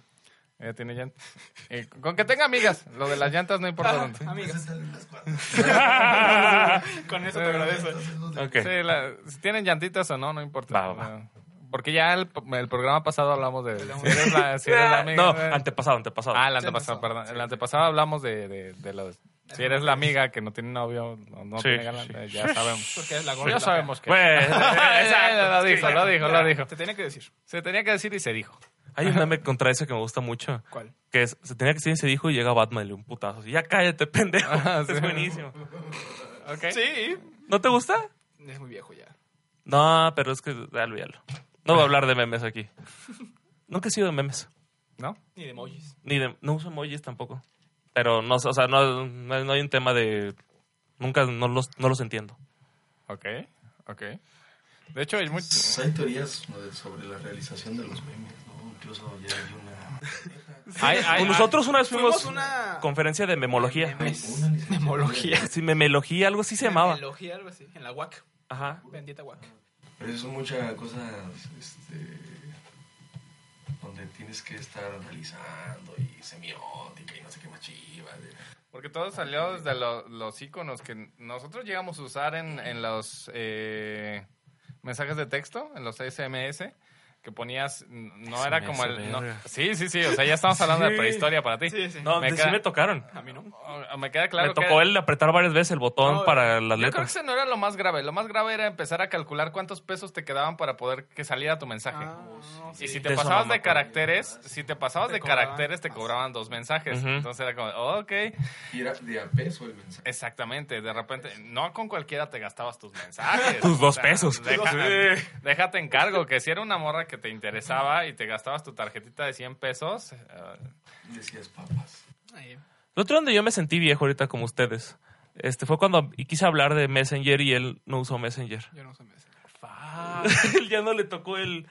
S4: Ella tiene llantas. Eh, con que tenga amigas. Lo de las llantas no importa dónde.
S2: Ah, amiga.
S3: Se salen las cuadras.
S2: Con eso te agradezco.
S1: Ok.
S4: Sí, la- si tienen llantitas o no, no importa.
S1: Va, va,
S4: No. Porque ya el, el programa pasado hablamos de. Si eres la, si eres la
S1: Ah,
S4: amiga.
S1: No,
S4: eh.
S1: antepasado, antepasado.
S4: Ah, el antepasado, perdón. El antepasado hablamos de, de, de los. Si eres la amiga que no tiene novio, no, no
S1: Sí,
S4: tiene ganas,
S1: sí.
S4: eh, ya sabemos.
S2: Porque es la gorda.
S4: Ya sabemos que.
S1: Güey,
S4: Exacto, lo dijo, lo dijo, lo dijo.
S2: Te tenía que decir.
S4: Se tenía que decir y se dijo.
S1: Hay un meme contra eso que me gusta mucho.
S2: ¿Cuál?
S1: Que es, se tenía que decir, se dijo y llega Batman y le dio un putazo. así, Ya cállate, pendejo.
S4: Ah, sí.
S1: Es buenísimo.
S4: Okay.
S2: Sí.
S1: ¿No te gusta?
S2: Es muy viejo ya.
S1: No, pero es que ah, olvídalo. No voy a hablar de memes aquí. Nunca he sido de memes.
S4: ¿No?
S2: Ni de emojis.
S1: Ni de, no uso emojis tampoco. Pero no, o sea, no, no- no hay un tema de. Nunca no los, no los entiendo.
S4: Ok, ok. De hecho, es muy.
S3: Pues, Hay teorías ¿no? de- sobre la realización de los memes, ¿no? Incluso ya hay una.
S4: Hay- hay-
S1: Nosotros una vez fuimos,
S2: Fuimos una-
S1: conferencia de memología.
S3: una licenciatura.
S2: Memología.
S1: Sí, memelogía, algo así se llamaba.
S2: Memología, algo así. En la UAC.
S1: Ajá.
S2: Bendita UAC.
S3: Pero eso es mucha cosa. Este, donde tienes que estar analizando y semiótica y no sé qué más chiva. de-
S4: Porque todo salió desde lo- los iconos que nosotros llegamos a usar en, en los eh, mensajes de texto, en los SMS, que ponías. n- No era como el. no-
S1: verga.
S4: sí, sí, sí. O sea, ya estamos hablando
S1: Sí.
S4: de prehistoria para ti.
S2: Sí, sí.
S1: No,
S4: Me
S1: de- sí
S4: queda-
S1: me tocaron.
S2: A mí no.
S4: O- o Me queda claro
S1: me
S4: que
S1: tocó
S4: era-
S1: el apretar varias veces el botón
S2: No,
S1: para las
S4: Yo creo que
S1: letras.
S4: eso no era lo más grave. Lo más grave era empezar a calcular cuántos pesos te quedaban para poder que saliera tu mensaje.
S2: no,
S4: Y
S2: Ah, sí.
S4: si te
S1: De eso
S4: pasabas
S1: no me
S4: de
S1: acuerdo.
S4: caracteres, si te pasabas
S2: Te
S4: de
S2: cobraban.
S4: caracteres te cobraban dos mensajes.
S1: Ujú.
S4: Entonces era como, ok,
S3: Y era de a peso el mensaje.
S4: Exactamente, de repente, no con cualquiera te gastabas tus mensajes.
S1: Pues. Tus dos
S4: O sea,
S1: pesos.
S4: deja-
S1: Sí.
S4: déjate en cargo, que si era una morra que te interesaba y te gastabas tu tarjetita de 100 pesos. eh,
S3: Decías papas.
S2: Ahí.
S1: El otro donde yo me sentí viejo ahorita como ustedes. Este fue cuando y quise hablar de Messenger y él no usó Messenger.
S2: Yo no uso Messenger.
S4: Ah.
S1: él ya no le tocó el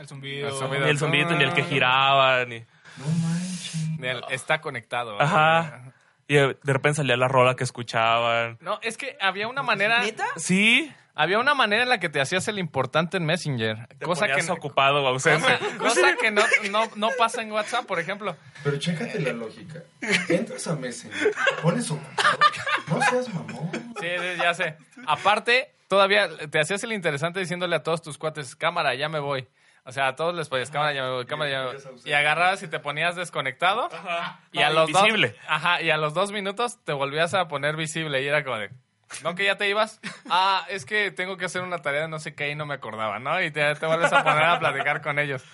S2: El zumbido.
S4: El zumbido.
S1: ni el zombito ni el que giraba ni
S3: No manches.
S4: del está conectado.
S1: Ah. Ajá. Y eh, de repente salía la rola que escuchaban.
S4: No, es que había una manera.
S1: Sí,
S4: Había una manera en la que te hacías el importante en Messenger.
S1: te
S4: cosa que,
S1: ponías ocupado o ausente.
S4: cosa que no, no, no pasa en WhatsApp, por ejemplo.
S3: Pero chécate la lógica. Entras a Messenger, pones ocupado. No seas mamón.
S4: Sí, sí, ya sé. Aparte, todavía te hacías el interesante diciéndole a todos tus cuates, cámara, ya me voy. O sea, a todos les podías cámara, ya me cámara, ya me voy. Y agarrabas y te ponías desconectado. Y
S1: No,
S4: a los
S1: invisible.
S4: Dos, ajá, y a los dos minutos te volvías a poner visible y era como de... ¿No que ya te ibas? Ah, es que tengo que hacer una tarea de no sé qué y no me acordaba, ¿no? Y te, te vuelves a poner a platicar con ellos.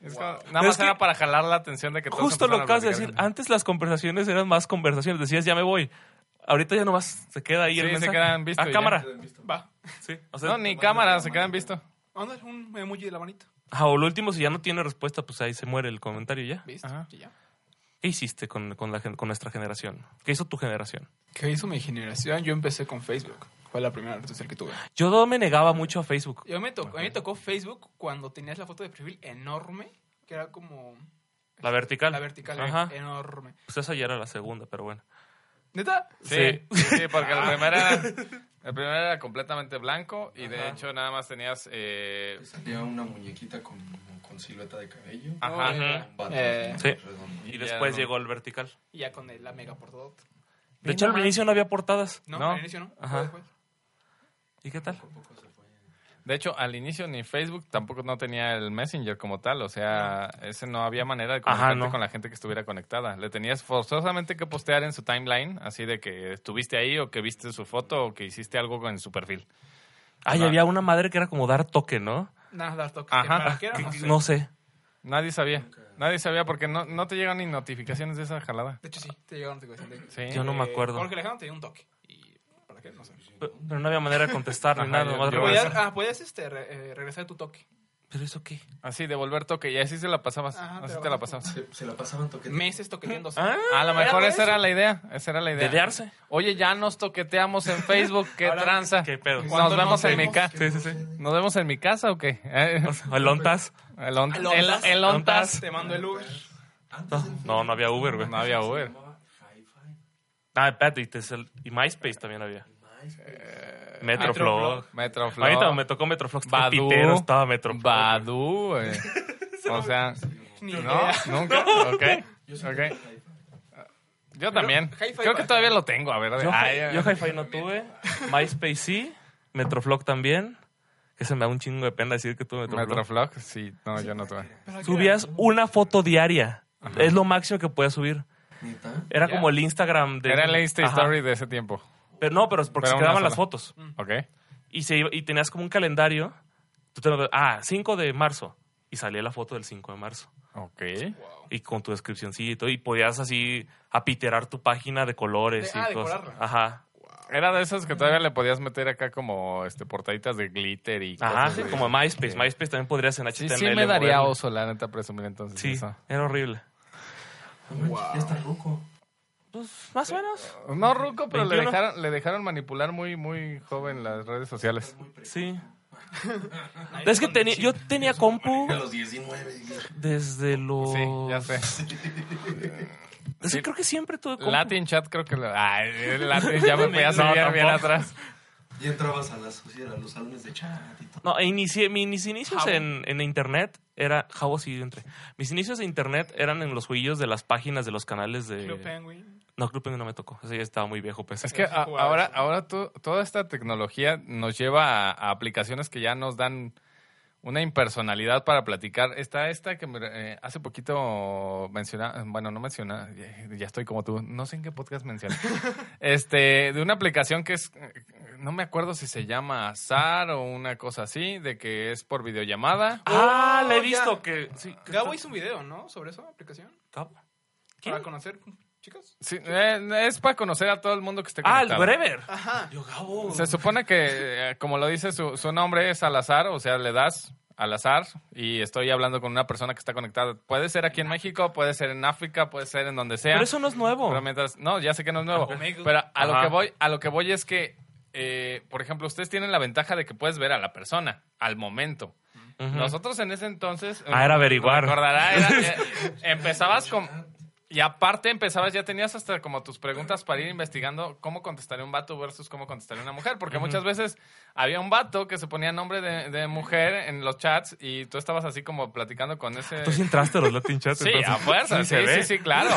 S4: Es como- nada
S1: Pero
S4: más
S1: es que-
S4: era para jalar la atención de que todos
S1: Justo lo
S4: empezaron a
S1: acabas de
S4: platicar
S1: decir.
S4: con-
S1: Antes las conversaciones eran más conversaciones. Decías, ya me voy. Ahorita ya nomás se queda ahí
S4: Sí,
S1: el
S4: se
S1: mensaje.
S4: quedan visto
S1: A
S4: y ya.
S1: cámara.
S2: Va.
S1: Sí. O sea,
S4: No, ni cámara, se quedan visto.
S2: Onda un emoji de la manita.
S1: ajá, o lo último, si ya no tiene respuesta, pues ahí se muere el comentario ya. Ah.
S2: ¿Viste?
S4: Ajá.
S2: Y ya.
S1: ¿Qué hiciste con, con la, gen- con nuestra generación? ¿Qué hizo tu generación?
S2: ¿Qué hizo mi generación? Yo empecé con Facebook. Fue la primera red social que tuve.
S1: Yo no me negaba mucho a Facebook.
S2: Yo me tocó, a mí me tocó Facebook cuando tenías la foto de perfil enorme, que era como
S1: La vertical.
S2: la vertical, eh,
S1: Ajá.
S2: enorme.
S1: Pues esa ya era la segunda, pero bueno.
S2: ¿Neta?
S4: Sí, sí, porque el primero era, el primero era completamente blanco y de hecho nada más tenías... eh,
S3: Te salía una muñequita con, con silueta de cabello.
S4: Ajá.
S2: era-
S3: Con patas
S2: Eh,
S1: Sí.
S3: redondas.
S1: Y
S4: Ya
S1: después
S4: no.
S1: llegó el vertical.
S2: Y ya con el- la mega por todo.
S1: De hecho, al inicio no había portadas.
S2: No, eh,
S4: No.
S2: al inicio no.
S1: Ajá.
S2: Ajá. Después.
S1: ¿Y qué tal?
S4: De hecho, al inicio ni Facebook tampoco no tenía el Messenger como tal. O sea, ese no había manera de comunicarte
S1: no.
S4: con la gente que estuviera conectada. Le tenías forzosamente que postear en su timeline, así de que estuviste ahí o que viste su foto o que hiciste algo en su perfil.
S1: Ay,
S4: Ajá.
S1: Ah, había una madre que era como dar toque, ¿no?
S2: Nada, dar toque.
S4: Ajá.
S2: ¿Para qué era? No sé.
S1: No sé.
S4: Nadie sabía. Nadie sabía porque no, no te llegan ni notificaciones de esa jalada.
S2: De hecho, sí, te llegaron notificaciones.
S4: Sí.
S1: Yo no me
S2: Eh,
S1: acuerdo.
S2: Jorge Alejandro te dio un toque. ¿Y para qué? No sé.
S1: Pero pero no había manera de contestar ni
S4: Ajá,
S1: nada.
S4: yo-
S1: nomás
S4: yo-
S1: regresar.
S2: Podías, ah, podías este, re- eh, regresar tu toque.
S1: ¿Pero eso qué?
S4: Así, devolver toque. Y así se la pasabas.
S2: Ajá,
S4: así
S2: pero-
S4: te la pasabas.
S3: Se, se la pasaban toqueteando.
S2: Meses toqueteándose.
S4: A lo mejor
S2: Era
S4: esa era la idea. Esa era la idea.
S1: Dedearse.
S4: Oye, ya nos toqueteamos en Facebook. ¿Qué
S1: Ahora,
S4: tranza?
S1: ¿qué pedo?
S4: Nos
S2: ¿Cuándo
S4: vemos
S2: nos
S4: en mi
S2: vemos?
S4: casa. ¿Nos vemos en mi casa o qué? Eh,
S1: ¿El ONTAS?
S4: El, on-
S2: El
S4: el,
S2: ondas.
S4: el ondas.
S2: Te mando el Uber.
S3: Antes del
S1: No, no había Uber, güey.
S4: No había Uber.
S3: Hi-Fi,
S1: Ah, espérate, y, te sal- y MySpace también había. Metroflog. A mí
S4: Eh, Metroflog.
S1: también me tocó Metroflog. Estaba
S4: Badu.
S1: pitero, estaba Metroflog.
S4: Badu. güey. O sea,
S2: Ni
S4: ¿no?
S2: idea.
S4: ¿Nunca? Ok. Ok. Yo también.
S2: Hi-Fi
S4: Creo que
S2: va.
S4: todavía lo tengo. A ver,
S1: Yo,
S4: ay,
S1: hi-
S4: ay.
S1: yo Hi-Fi no tuve. MySpace sí. Metroflog también. Que se me da un chingo de pena decir que tuve Metroflog.
S4: Metroflog. Sí, no, yo no tuve.
S1: Subías una foto diaria. Es lo máximo que podías subir.
S3: ¿Neta?
S1: Era como el Instagram de.
S4: Era la Insta
S1: Ajá. Mm.
S4: Story de ese tiempo.
S1: Pero no, pero es porque
S4: Pero
S1: se
S4: una
S1: quedaban las
S4: sola. Mm.
S1: fotos.
S4: Ok.
S1: Y, se iba- y tenías como un calendario. Tú te lo- ah, 5 de marzo. Y salía la foto del 5 de marzo.
S4: Ok. Oh.
S1: Y con tu descripcioncito. Y podías así apiterar tu página de colores
S2: De-
S1: y
S2: ah,
S1: cosas.
S2: decorarla.
S1: Ajá.
S4: Era de esas que todavía le podías meter acá como este portaditas de glitter y cosas
S1: Ajá, sí,
S4: de-
S1: como MySpace. MySpace también podrías en
S4: Sí,
S1: HTML.
S4: sí me daría
S1: moverlo.
S4: oso, la neta, presumir entonces
S1: Sí,
S4: eso.
S1: era horrible.
S3: No manches, Ya está ruco.
S1: Pues más o menos.
S4: No, Ruco, pero le
S1: 21.
S4: dejaron, le dejaron manipular muy, muy joven las redes sociales.
S1: Sí. es que tenía, yo tenía compu
S3: A los 19.
S1: desde los.
S4: Sí, ya sé.
S1: Es que creo que siempre tuve compu.
S4: Latin Chat creo que... lo- Ay, el Latin ya me voy a
S1: No,
S4: subir bien
S1: tampoco.
S4: atrás.
S3: Y entrabas a las sociedades, a los salones de chat y todo.
S1: No, e inicié, mi- mis inicios
S2: Jabo.
S1: en, en internet era. Jabo sí, yo entré. Mis inicios de internet eran en los jueguillos de las páginas de los canales de.
S2: Club Penguin.
S1: No, Club Penguin no me tocó. Ese ya estaba muy viejo, pues.
S4: Es que a- ahora, ahora to- toda esta tecnología nos lleva a, a aplicaciones que ya nos dan una impersonalidad para platicar. Está esta que me- eh, hace poquito menciona, bueno, no menciona, ya, ya estoy como tú, no sé en qué podcast menciona. este, de una aplicación que es, eh, no me acuerdo si se llama SAR o una cosa así, de que es por videollamada.
S1: Ah,
S2: Oh,
S1: la he
S2: ya.
S1: visto que. Sí, que
S2: Gabo
S1: está-
S2: hizo un video, ¿no? Sobre eso, aplicación.
S1: Gabo.
S2: Para
S1: ¿Quién?
S2: conocer chicas.
S4: Sí, eh, es para conocer a todo el mundo que esté
S1: Ah, el
S4: conectado.
S1: Brever.
S2: Ajá.
S1: Yo, Gabo.
S4: Se supone que, eh, como lo dice, su, su nombre es al azar, o sea, le das al azar y estoy hablando con una persona que está conectada. Puede ser aquí en México, puede ser en África, puede ser en donde sea.
S1: Pero eso no es nuevo.
S4: Pero mientras- no, ya sé que no es nuevo.
S2: Omega.
S4: Pero a lo
S1: Ajá.
S4: que voy, a lo que voy es que, eh, por ejemplo, ustedes tienen la ventaja de que puedes ver a la persona al momento.
S1: Ujú.
S4: Nosotros en ese entonces.
S1: Ah, era averiguar.
S4: Recordará, era- eh, empezabas con. Y aparte empezabas, ya tenías hasta como tus preguntas para ir investigando cómo contestaría un vato versus cómo contestaría una mujer. Porque muchas veces Había un vato que se ponía nombre de, de mujer en los chats y tú estabas así como platicando con
S1: Ah,
S4: ese...
S6: Tú sí entraste a los Latin Chats.
S4: Sí,
S6: entonces,
S4: a fuerza, sí,
S6: se
S4: sí,
S6: ve.
S4: sí, claro.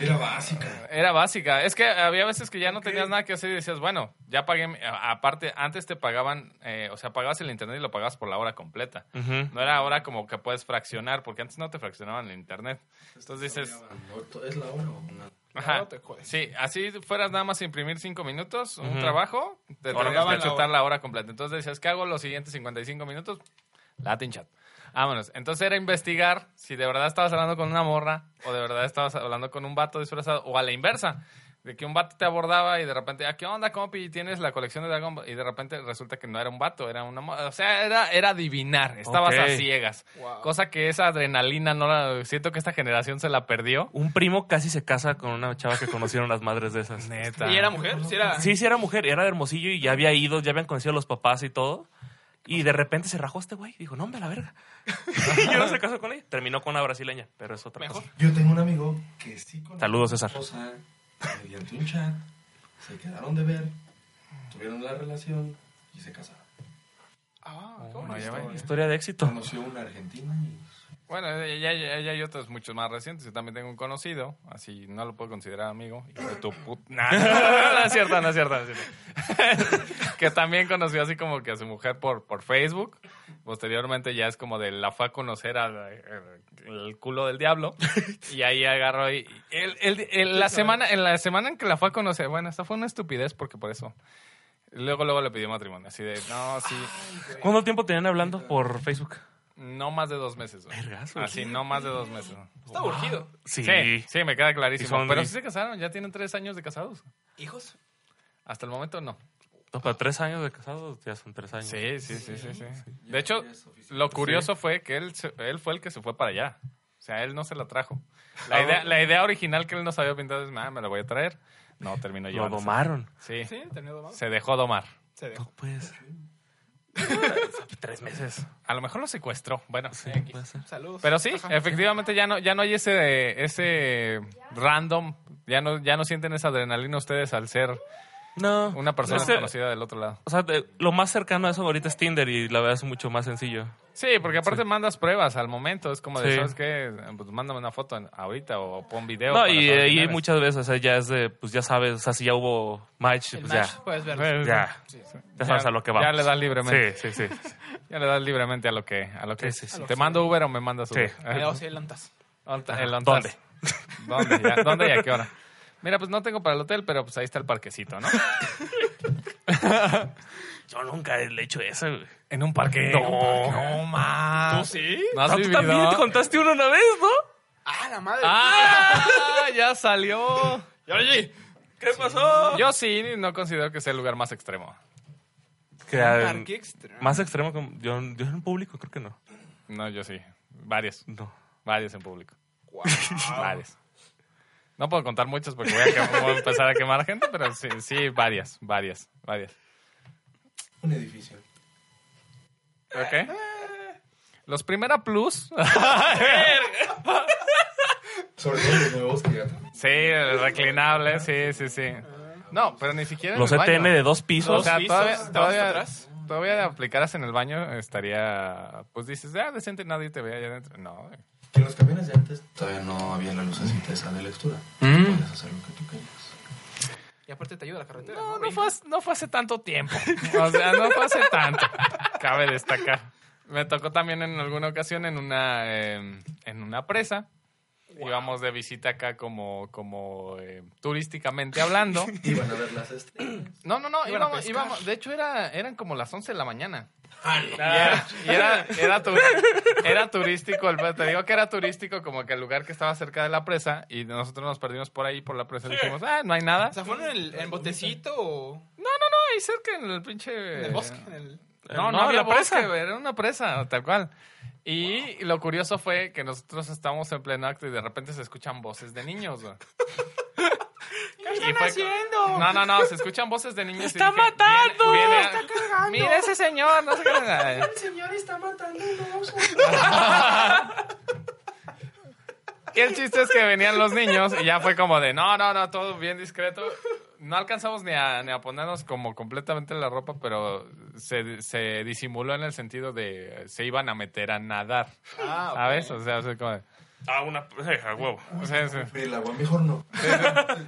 S3: Era básica.
S4: Era básica. Es que había veces que ya no tenías nada que hacer y decías, bueno, ya pagué. mi- a- Aparte, antes te pagaban, eh, o sea, pagabas el internet y lo pagabas por la hora completa.
S1: Ujú.
S4: No era ahora como que puedes fraccionar, porque antes no te fraccionaban el internet. Entonces dices,
S3: No, ¿Es la hora o nada?
S4: ajá,
S2: te jodes.
S4: sí, así fueras nada más a imprimir cinco minutos, un
S1: Ujú.
S4: trabajo, te
S2: Ahora
S4: tenías
S2: daban
S4: que
S2: la
S4: chutar
S2: hora.
S4: la hora completa. Entonces decías, ¿qué hago los siguientes 55 minutos? Latin chat. Vámonos. Entonces era investigar si de verdad estabas hablando con una morra o de verdad estabas hablando con un vato disfrazado o a la inversa. De que un vato te abordaba y de repente, ¿a qué onda, compi? ¿Tienes la colección de Dragon Ball? Y de repente resulta que no era un vato, era una morra. O sea, era, era adivinar. Estabas
S1: Ok.
S4: a ciegas.
S2: Wow.
S4: Cosa que esa adrenalina no la... Siento que esta generación se la perdió.
S1: Un primo casi se casa con una chava que conocieron las madres de esas.
S4: Neta.
S2: ¿Y era mujer? Sí, era.
S1: Sí, sí, era mujer, era de Hermosillo y ya había ido, ya habían conocido a los papás y todo. Y de repente se rajó este güey. Dijo, no, hombre, a la verga. y yo no se casó con ella. Terminó con una brasileña, pero es otra
S2: Mejor.
S1: cosa.
S3: Yo tengo un amigo que sí conoció
S1: Saludos,
S3: a su
S1: César.
S3: esposa mediante un chat, se quedaron de ver, tuvieron la relación y se casaron.
S2: Ah, qué
S4: Bueno,
S2: bonito.
S4: ya ven.
S1: Historia de éxito.
S3: Conoció una argentina y...
S4: Bueno, ya, ya- ya hay otros muchos más recientes. Yo también tengo un conocido, así no lo puedo considerar amigo. Hijo de tu put- Nah, no, no, no, no es cierto, no es cierto. no es cierto. que también conoció así como que a su mujer por, por Facebook. Posteriormente ya es como de la fue a conocer al el culo del diablo. Y ahí agarró y... el- el- el- la semana, en la semana en que la fue a conocer, bueno, esta fue una estupidez porque por eso... Luego, luego le pidió matrimonio, así de, no, sí,
S1: ¿Cuánto tiempo tenían hablando por Facebook?
S4: no más de dos meses. güey.
S1: Vergazo.
S4: Así, no más de dos meses.
S2: Está urgido.
S1: Sí.
S4: Sí, sí, me queda
S1: Y
S4: clarísimo.
S1: son-
S4: Pero sí se casaron, ya tienen tres años de casados.
S2: ¿Hijos?
S4: Hasta el momento no.
S1: No, para tres años de casados, ya son tres años.
S4: Sí, sí, sí, sí. sí. De hecho,
S3: Ya es oficial.
S4: lo curioso fue que él, se- él fue el que se fue para allá. O sea, él no se la trajo. La idea, la idea original que él nos había pintado es, "Ah, me la voy a traer. No, terminó
S1: Lo
S4: yo.
S1: domaron.
S4: Sí,
S2: Sí, terminó domado.
S4: se dejó domar.
S2: Se dejó.
S1: No, pues. tres meses.
S4: A lo mejor lo secuestró. Bueno, X.
S1: Puede ser.
S2: Saludos.
S4: Pero sí,
S2: Ajá.
S4: efectivamente ya no, ya no hay ese, ese random, ya no, ya no sienten esa adrenalina ustedes al ser
S1: No.
S4: una persona
S1: Ese-
S4: conocida del otro lado.
S1: O sea, de- lo más cercano a eso ahorita es Tinder y la verdad es mucho más sencillo.
S4: Sí, porque aparte mandas pruebas al momento. Es como de,
S1: Sí.
S4: ¿sabes qué? Pues mándame una foto en- ahorita o pon video.
S1: No,
S4: para
S1: y,
S4: saber
S1: eh,
S4: quién
S1: y
S4: eres.
S1: muchas veces, o sea, ya es de, pues ya sabes, o sea, si ya hubo match,
S2: El
S1: pues
S2: match,
S1: ya.
S2: puedes verlo.
S4: Eh,
S1: Ya.
S2: Sí, sí.
S1: Ya sabes a lo que vamos.
S4: Ya le das libremente.
S1: Sí, sí, sí.
S4: Ya le das libremente a lo que, a lo que
S1: Sí, sí, sí.
S4: Te mando Uber o me mandas Uber.
S1: Sí.
S4: Eh,
S2: Cuidado si hay lantas.
S4: onta- el
S1: Ajá.
S4: ontas.
S1: ¿Dónde?
S4: ¿Dónde? Ya, ¿Dónde y a qué hora? Mira, pues no tengo para el hotel, pero pues ahí está el parquecito, ¿no?
S1: Yo nunca le he hecho eso. güey.
S4: En un parque.
S1: No.
S4: no más.
S2: sí?
S4: ¿No has
S1: Ah, Tú también te
S4: vivido?
S1: contaste uno una vez, ¿no?
S2: Ah, la madre.
S4: ¡Ah! Ya salió.
S2: Oye,
S1: ¿Qué pasó?
S4: Yo sí no considero que sea el lugar más extremo.
S1: Que, ah,
S2: parque extra.
S1: más extremo que yo, yo en público, creo que no.
S4: No, yo sí. Varios.
S1: No.
S4: Varios en público. Varios. No puedo contar muchos porque voy a, que- voy a empezar a quemar gente, pero sí, sí, varias, varias, varias.
S3: Un edificio.
S4: ¿Ok? Los Primera Plus.
S3: Sobre todo los nuevos que ya...
S4: Sí, reclinables, sí, sí, sí. No, pero ni siquiera en
S1: Los E
S4: el baño.
S1: ETN de dos pisos.
S4: O sea,
S2: pisos,
S4: todavía,
S2: ¿te vas
S4: todavía,
S2: atrás?
S4: todavía de aplicaras en el baño estaría, pues dices, ah, decente, nadie te ve allá adentro. No,
S3: En los camiones de antes todavía no había la lucecita esa de lectura.
S1: Mm.
S3: Podías hacer lo que tú querías.
S2: Y aparte te ayuda la carretera.
S4: No, no
S2: güey?
S4: fue, hace- no fue hace tanto tiempo. O sea, no fue hace tanto. Cabe destacar. Me tocó también en alguna ocasión en una, eh, en una presa. Íbamos de visita acá como, como eh, turísticamente hablando.
S3: Iban a ver las estrellas.
S4: No, no, no,
S2: Iban a
S4: íbamos,
S2: pescar.
S4: íbamos- de hecho era, eran como las 11 de la mañana.
S2: Ah,
S4: Y era, y era, era, tu- era turístico, el- te digo que era turístico como que el lugar que estaba cerca de la presa y nosotros nos perdimos por ahí por la presa y dijimos, ah, no hay nada.
S2: O sea, ¿fueron en el, en botecito o
S4: ahí cerca en el pinche...
S2: en el bosque? En el...
S4: Eh, No, no,
S1: No,
S4: había
S1: la presa.
S4: bosque, güey, era una presa, tal cual. Y lo curioso fue que nosotros estábamos en pleno acto y de repente se escuchan voces de niños. güey.
S2: ¿Qué
S4: Y fue- No, no, no, se escuchan voces de niños. y
S1: ¡Está
S4: dije,
S1: matando!
S4: viene- viene-
S5: ¡Está cargando!
S4: Mira ese señor, no sé qué.
S5: El señor está matando un oso.
S4: Y el chiste es que venían los niños y ya fue como de, no, no, no, todo bien discreto. No alcanzamos ni a, ni a ponernos como completamente la ropa, pero se, se disimuló en el sentido de eh, se iban a meter a nadar.
S3: Ah,
S4: ¿Sabes? O sea, o sea, como de-
S1: Ah, una presa, huevo.
S4: o sea, es,
S3: El agua mejor no.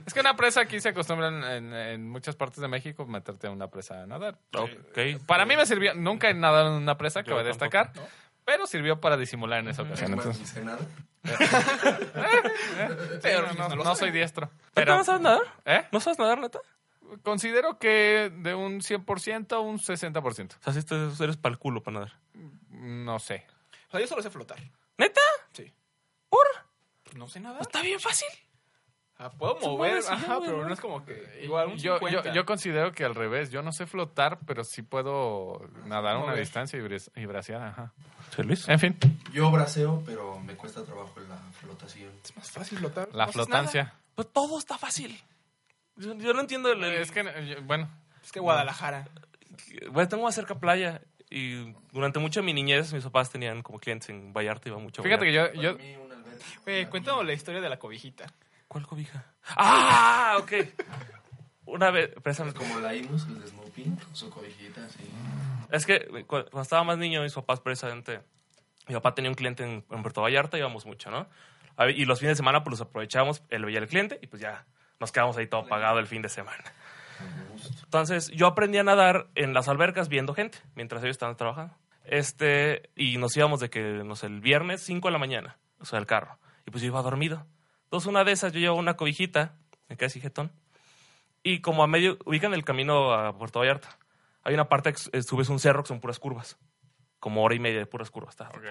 S4: es que una presa aquí se acostumbra en, en- en muchas partes de México meterte a una presa a nadar.
S1: Ok.
S4: Para mí me sirvió, nunca he nadado en una presa,
S1: Yo
S4: cabe
S1: tampoco.
S4: destacar, pero sirvió para disimular en esa ocasión.
S3: Además,
S4: Entonces,
S3: ni sé nada.
S4: pero
S2: no,
S4: no,
S2: no lo
S4: no
S2: soy.
S4: soy diestro.
S1: ¿Pero
S4: Pero
S1: no sabes nadar?
S4: ¿Eh?
S1: ¿No sabes nadar, neta? O
S4: considero que de un 100% a un 60%.
S1: sea, si te- eres para el culo para nadar.
S4: No sé.
S2: O sea, yo solo sé flotar.
S1: ¿Neta?
S2: Sí.
S1: ¿Por?
S4: Pues
S2: No sé nada.
S1: Pues Está bien fácil.
S2: Ah, puedo
S1: Tú
S2: mover,
S1: mueves y ya,
S2: ajá,
S1: güey,
S2: pero
S1: ¿no?
S2: no es como que igual un
S4: Eh, Yo, yo,
S2: 50.
S4: yo considero que al revés, yo no sé flotar, pero sí puedo nadar a una
S2: Mover.
S4: distancia y, bris- y bracear. Ajá.
S1: Feliz.
S4: En fin,
S3: Yo braceo, pero me cuesta trabajo la flotación.
S2: es más fácil flotar.
S4: la
S2: no haces
S4: flotancia.
S2: nada.
S1: Pues todo está fácil. Yo, yo no entiendo el... el-
S4: Es que, eh, yo- bueno,
S2: Es que Guadalajara.
S1: Bueno, tengo más cerca playa y durante mucho de mi niñez mis papás tenían como clientes en Vallarta iba mucho. a
S4: fíjate que
S1: Vallarta.
S4: yo,
S3: Para
S4: yo,
S3: mí, una alberca.
S2: Güey, cuéntanos la historia de la cobijita.
S1: ¿Cuál cobija? ¡Ah! Ok. Una vez, préstame.
S3: Como la Inus, el de Snoopy, con su cobijita así.
S1: Es que eh, cu- cuando estaba más niño, mis papás precisamente... Mi papá tenía un cliente en, en Puerto Vallarta, íbamos mucho, ¿no? A ver, Y los fines de semana pues los aprovechábamos, él veía al cliente y pues ya nos quedamos ahí todo pagado el fin de semana. Entonces, yo aprendí a nadar en las albercas viendo gente mientras ellos estaban trabajando. Este, y nos íbamos de que, no sé, el viernes 5 de la mañana, o sea, el carro. Y pues yo iba dormido. Entonces, una de esas, yo llevaba una cobijita, me quedé así jetón. Y como a medio, ubican el camino a Puerto Vallarta. Hay una parte que s- eh, subes un cerro que son puras curvas. Como hora y media de puras curvas. ta, ta, ta.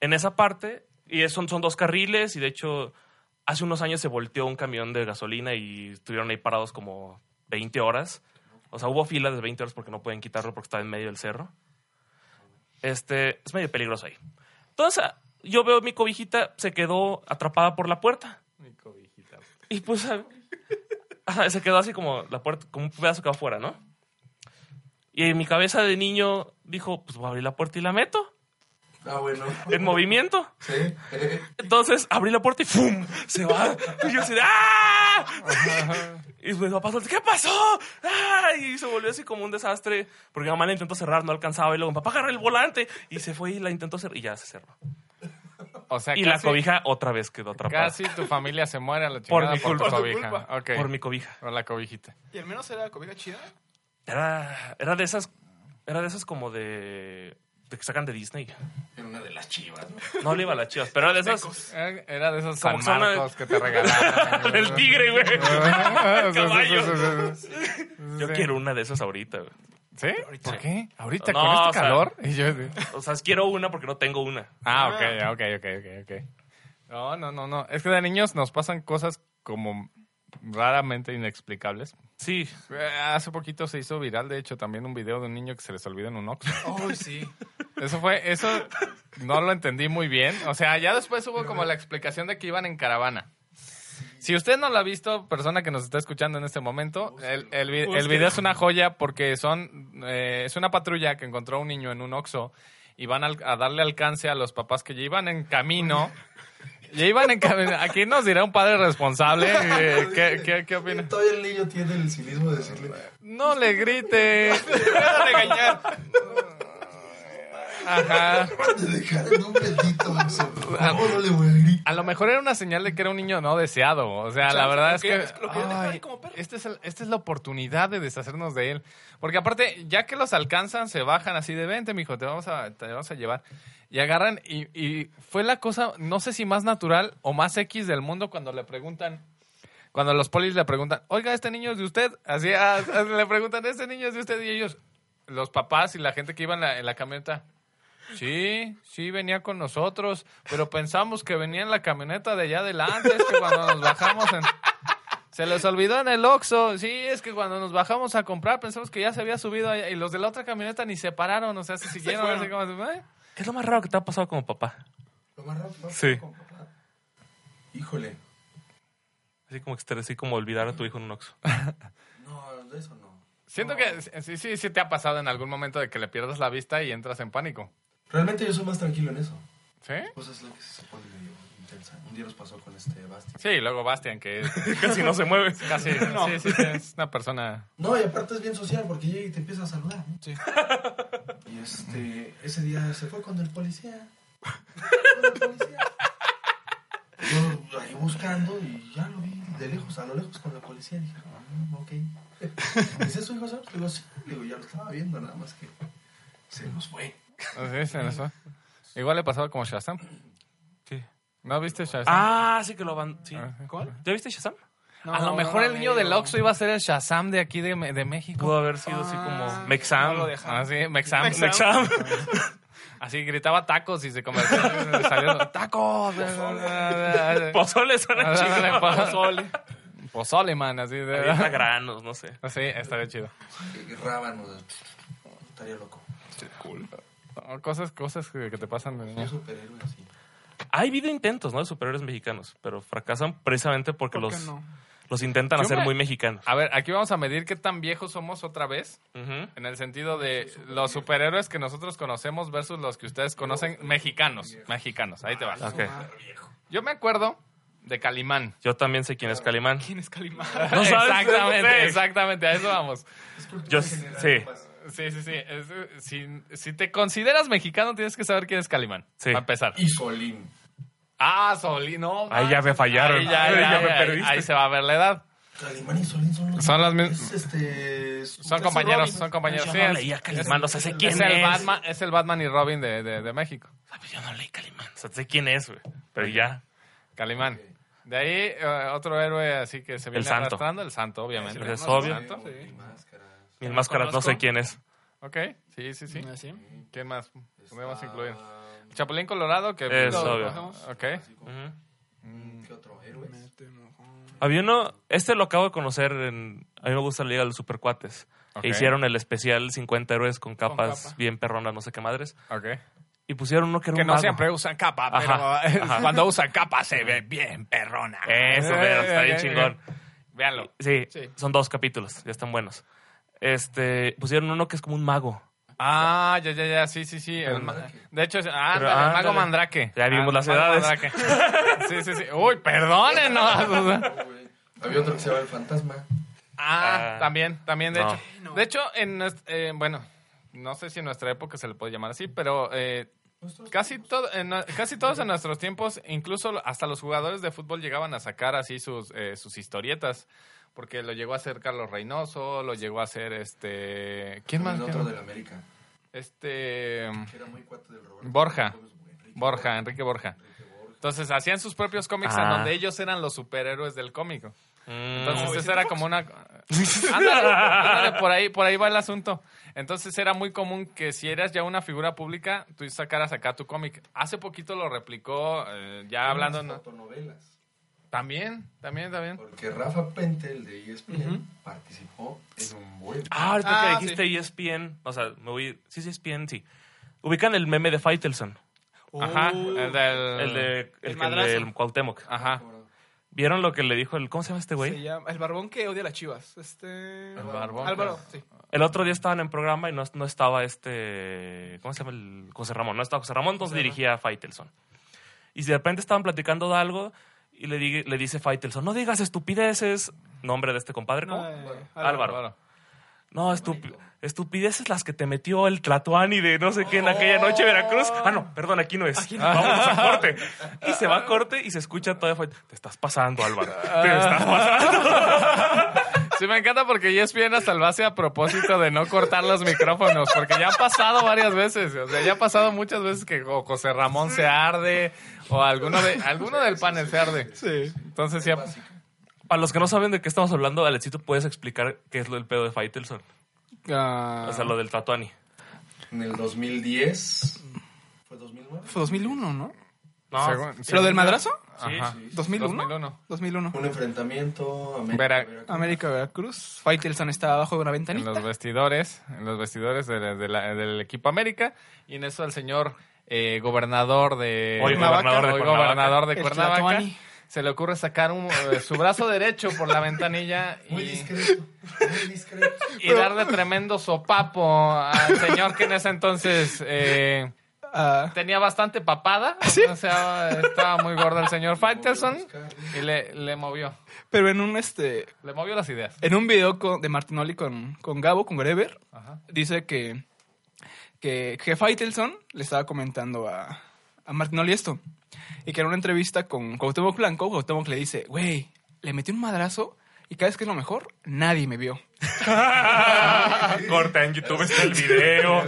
S1: En esa parte, y es- son, son dos carriles, y de hecho, hace unos años se volteó un camión de gasolina y estuvieron ahí parados como 20 horas. O sea, hubo filas de 20 horas porque no pueden quitarlo porque estaba en medio del cerro. Este, es medio peligroso ahí. Entonces, ah, yo veo mi cobijita se quedó atrapada por la puerta. Y pues ah, ajá, se quedó así como la puerta, como un pedazo que va afuera, ¿no? Y en mi cabeza de niño dijo, pues voy a abrir la puerta y la meto.
S3: Ah, bueno.
S1: En movimiento.
S3: Sí. eh,
S1: Entonces abrí la puerta y ¡fum! Se va. Y yo así de, ¡ah! Y mis papás, ¿qué pasó? ¡Ah! Y se volvió así como un desastre. Porque mi mamá la intentó cerrar, no alcanzaba. Y luego mi papá agarra el volante. Y se fue y la intentó cerrar. Y ya se cerró.
S4: o sea,
S1: Y la
S4: casi,
S1: cobija otra vez quedó atrapada.
S4: casi tu familia se muere a la chingada
S1: mi
S4: por,
S1: culpa.
S4: tu
S2: Por tu
S4: cobija.
S2: culpa.
S4: Ok.
S1: Por mi cobija.
S4: Por la cobijita.
S2: ¿Y al menos era cobija chida?
S1: Era, era de esas. Era de esas como de. de que sacan de Disney.
S3: En una de las chivas, ¿no?
S1: No le iba a las chivas, pero era de esas.
S4: Eh, Era de esos
S1: Como
S4: San
S1: que son la-
S4: Marcos que te Ah, regalaron.
S1: Del tigre, güey. Caballo.
S4: Caballo.
S1: Yo quiero una de esas ahorita, güey.
S4: ¿Sí? ¿Por qué? ¿Ahorita
S1: No,
S4: con
S1: o
S4: este
S1: sea-
S4: calor? Y yo así-
S1: O sea, quiero una porque no tengo una.
S4: Ah, ok, ok, ok, ok, ok. No, no, no, no. Es que de niños nos pasan cosas como raramente inexplicables.
S1: Sí,
S4: Eh, Hace poquito se hizo viral, de hecho, también un video de un niño que se les olvidó en un Oxxo.
S2: Oh, sí.
S4: Eso fue, eso no lo entendí muy bien. O sea, ya después hubo como la explicación de que iban en caravana. Si usted no lo ha visto, persona que nos está escuchando en este momento, el, el vi- el video es una joya porque son eh, es una patrulla que encontró a un niño en un oxo y van al- a darle alcance a los papás que ya iban en camino. Ya iban en camino. Aquí nos dirá un padre responsable. eh, ¿Qué, qué, qué opina?
S3: Todavía el niño tiene el cinismo de decirle.
S4: No le grite. Ajá.
S3: Aparte de dejar el nombrecito, ¿cómo no le voy a gritar?
S4: A lo mejor era una señal de que era un niño no deseado. O sea, la verdad es
S2: lo
S4: que.
S2: que- lo que deja ahí
S4: ay,
S2: como perro.
S4: Esta es, el- esta es la oportunidad de deshacernos de él. Porque aparte, ya que los alcanzan, se bajan así de vente, mijo, te vamos a, te vamos a llevar. Y agarran, y, y fue la cosa, no sé si más natural o más X del mundo cuando le preguntan. Cuando los polis le preguntan, oiga, este niño es de usted. Así ah, ah, le preguntan, este niño es de usted. Y ellos, los papás y la gente que iba en la, en la camioneta, Sí, sí, venía con nosotros, pero pensamos que venía en la camioneta de allá adelante, es que cuando nos bajamos en... Se les olvidó en el Oxxo, sí, es que cuando nos bajamos a comprar pensamos que ya se había subido allá, y los de la otra camioneta ni se pararon, o sea, se siguieron así como... "Eh".
S1: ¿Qué es lo más raro que te ha pasado como papá?
S3: Lo más rápido.
S1: Sí.
S3: con papá. Híjole.
S1: Así como que estar así como olvidar a tu hijo en un oxo.
S3: No, de eso no.
S4: Siento que sí, sí, sí te ha pasado en algún momento de que le pierdas la vista y entras en pánico,
S3: Realmente yo soy más tranquilo en eso.
S4: ¿sí?
S3: Pues es lo que se supone medio intensa. Un día nos pasó con este Basti.
S4: Sí, y luego Bastian, que es
S1: Casi no se mueve.
S4: casi.
S2: No.
S4: Sí, sí, es una persona.
S3: No, y aparte es bien social porque llega y te empieza a saludar. ¿no?
S2: Sí.
S3: Y este, ese día se fue con el policía. Con el policía. Yo ahí buscando y ya lo vi de lejos, a lo lejos con la policía. Dije, ah, ok. ¿Ese es su hijo, Sam? Digo, sí. Digo, ya lo estaba viendo, nada más que se nos fue.
S4: Sí, se nos fue. Igual le pasaba como Shazam.
S1: ¿Qué?
S4: ¿No viste Shazam?
S1: Ah, sí que lo van. Sí.
S2: ¿Cuál?
S1: ¿Ya viste Shazam?
S2: No,
S4: a lo mejor
S2: no,
S4: el niño
S2: amigo.
S4: del Oxxo iba a ser el Shazam de aquí de, Me- de México.
S1: Pudo haber sido así como Mexam.
S2: No lo dejaron.
S4: Ah, sí, Mexam.
S2: Mexam.
S4: Mexam. Así gritaba tacos y se convirtió en salió, tacos.
S1: Pozole suena chido.
S4: Pozole. Pozole, man, así
S1: Avienta
S4: de.
S1: granos, no sé.
S4: Sí, estaría chido.
S3: Y Rábanos. Estaría loco.
S4: O Cosas, cosas que que te pasan de
S3: Un
S4: niño.
S3: superhéroe así.
S1: Ha habido intentos, ¿no? De superhéroes mexicanos, pero fracasan precisamente porque
S2: ¿Por qué
S1: los,
S2: no?
S1: los intentan
S4: Yo
S1: hacer
S4: me-
S1: muy mexicanos.
S4: A ver, aquí vamos a medir qué tan viejos somos otra vez.
S1: Ujú.
S4: En el sentido de los superhéroes que nosotros conocemos versus los que ustedes conocen mexicanos. Mexicanos, ahí te va.
S1: Ok.
S4: Yo me acuerdo de Calimán.
S1: Yo también sé quién es Calimán.
S2: ¿Quién es Calimán?
S4: Ah,
S1: No sabes,
S4: exactamente,
S1: sí.
S4: exactamente, a eso vamos.
S1: Yo sí.
S4: Sí, sí, sí. es, eh, si, si te consideras mexicano, tienes que saber quién es Calimán.
S1: Sí.
S4: Para empezar.
S3: Y Solín.
S4: Ah, Solino.
S1: Ahí ya me fallaron.
S4: Ahí, ya,
S1: Ahí
S4: ya,
S1: ya
S4: ya,
S1: me
S4: ahí-
S1: perdiste.
S4: ahí se va a ver la edad.
S3: Calimán y Solín son los
S4: Son las mis-
S3: es, este, su-
S4: Son
S3: es
S4: compañeros,
S3: Robin.
S4: son compañeros.
S1: Yo
S4: Sí,
S1: no
S4: es-
S1: leía Calimán, no sé sé quién
S4: es
S1: es.
S4: el Batman, es el Batman y Robin de, de- de México.
S1: Ah, pues Yo no leí Calimán. O sea, sé quién es, güey. Pero ya.
S4: Calimán. De ahí, eh, otro héroe así que se viene
S1: santo.
S4: arrastrando, el santo, obviamente.
S1: Sí, es
S4: ¿No?
S1: obvio.
S4: Santo,
S3: Con
S4: sí.
S3: máscaras.
S1: Mil máscaras, no
S4: conozco.
S1: sé quién es.
S4: Ok, sí, sí, sí.
S2: ¿Así?
S4: ¿Quién más podemos incluir?
S3: Ah,
S4: Chapulín Colorado, que...
S1: Es
S4: lo
S1: obvio.
S4: conocemos. Ok.
S1: Ujú.
S3: ¿Qué otro héroe?
S1: Había uno, este lo acabo de conocer en. A mí me gusta la Liga de los Supercuates.
S4: Ok.
S1: E hicieron el especial 50 héroes con capas
S2: capa.
S1: bien perronas, no sé qué madres.
S4: Ok.
S1: Y pusieron uno que era
S4: Que
S1: un
S4: no
S1: mago.
S4: siempre usan capa, pero
S1: Ajá,
S4: eh,
S1: ajá.
S4: cuando usan capa se ve bien perrona. Eh,
S1: Eso, pero está bien chingón.
S4: Véanlo.
S1: Sí,
S2: Sí.
S1: son dos capítulos, ya están buenos. Este, pusieron uno que es como un mago.
S4: Ah, ya, ya, ya, sí, sí, sí. el ma- de hecho, es- ah,
S1: Pero,
S4: ándale, el
S1: ándale.
S4: mago mandrake.
S1: Ya vimos
S4: Ah,
S1: las
S4: el mago
S1: edades.
S4: Mandrake. Sí, sí, sí. Uy, perdónenos.
S3: Había otro que se llama el fantasma.
S4: Ah,
S1: Ah.
S4: también, también, de
S1: No.
S4: hecho. De hecho, en nues- eh, bueno, no sé si en nuestra época se le puede llamar así, pero eh, casi, todo, en nu- casi todos en nuestros tiempos, incluso hasta los jugadores de fútbol llegaban a sacar así sus, eh, sus historietas. Porque lo llegó a hacer Carlos Reynoso, lo llegó a hacer este. ¿Quién más?
S3: El
S4: ¿Quién
S3: otro
S4: más?
S3: del América.
S4: Este.
S3: Que era muy cuate del Roberto.
S4: Borja.
S3: Gómez Enrique
S4: Borja, Enrique Borja. Entonces hacían sus propios cómics en
S1: Ah.
S4: donde ellos eran los superhéroes del cómico.
S1: Entonces,
S4: Entonces era como una. Ándale, ándale, por ahí, por ahí va el asunto. Entonces era muy común que si eras ya una figura pública, tú sacaras acá tu cómic. Hace poquito lo replicó, eh, ya hablando.
S3: Unas
S4: ¿no?
S3: fotonovelas.
S4: También, también, también.
S3: Porque Rafa Pente, el de E ESPN, participó en un buen.
S1: Ah, ahorita
S4: Ah,
S1: que dijiste ESPN, o sea, me voy. Sí, E sí, ESPN, sí. Ubican el meme de Faitelson,
S4: Ajá, el del.
S1: el de el, que-
S2: madrazo.
S1: del Cuauhtémoc.
S4: Ajá.
S1: ¿Vieron lo que le dijo el cómo se llama este
S2: Se
S1: güey?
S2: llama- el barbón que odia las chivas. Este.
S4: El barbón.
S2: Álvaro, sí.
S1: El otro día estaban en programa y no, no estaba este ¿cómo se llama el José Ramón? No estaba José Ramón, entonces dirigía a Faitelson. Y de repente estaban platicando de algo y le, di- le dice Faitelson, "No digas estupideces." Nombre de este compadre, ¿cómo?
S2: Eh,
S1: Álvaro. No, estupi- estupideces las que te metió el Tlatuani de no sé qué en aquella noche Veracruz. Ah, no, perdón, aquí no es. Vamos a corte. Y se va a corte y se escucha toda fa- Te estás pasando, Álvaro. Te estás pasando.
S4: Sí, me encanta porque E ESPN hasta lo hace a propósito de no cortar los micrófonos, porque ya ha pasado varias veces. O sea, ya ha pasado muchas veces que o José Ramón se arde o alguno, de, alguno del panel se arde. Sí. Entonces, sí.
S1: Para los que no saben de qué estamos hablando, Alexito, ¿puedes explicar qué es lo del pedo de Faitelson?
S2: Ah,
S1: O sea, lo del Tlatuani.
S3: En el 2010. ¿Fue 2009?
S2: Fue 2001, ¿no?
S1: No,
S4: Según-
S2: ¿Lo del madrazo?
S4: Ajá.
S1: sí.
S2: 2001.
S4: 2001.
S2: 2001.
S3: Un enfrentamiento. América.
S4: Vera-
S3: Veracruz.
S2: América Veracruz. Faitelson estaba abajo de una
S4: En
S2: ventanita.
S4: los vestidores, en los vestidores de la- de la- del equipo América, y en eso el señor eh, gobernador de
S1: Hoy gobernador de
S4: hoy
S1: Cuernavaca.
S4: gobernador de
S2: El
S4: Cuernavaca,
S2: Tlatoani.
S4: se le ocurre sacar un, eh, su brazo derecho por la ventanilla
S3: Muy
S4: y,
S3: discreto. Muy discreto.
S4: y darle tremendo sopapo al señor que en ese entonces eh,
S2: a...
S4: Tenía bastante papada.
S1: ¿Ah,
S4: O sea, estaba muy gordo el señor Faitelson. Y le, le movió.
S2: Pero en un, este,
S4: Le movió las ideas.
S2: en un video con- de Martinoli con, con Gabo, con Greber,
S4: Ajá.
S2: dice que, que, que Faitelson le estaba comentando a, a Martinoli esto. Y que en una entrevista con Cuauhtémoc Blanco, Cuauhtémoc le dice, güey, le metí un madrazo y cada vez que es lo mejor, nadie me vio.
S1: Corta, en YouTube está el video.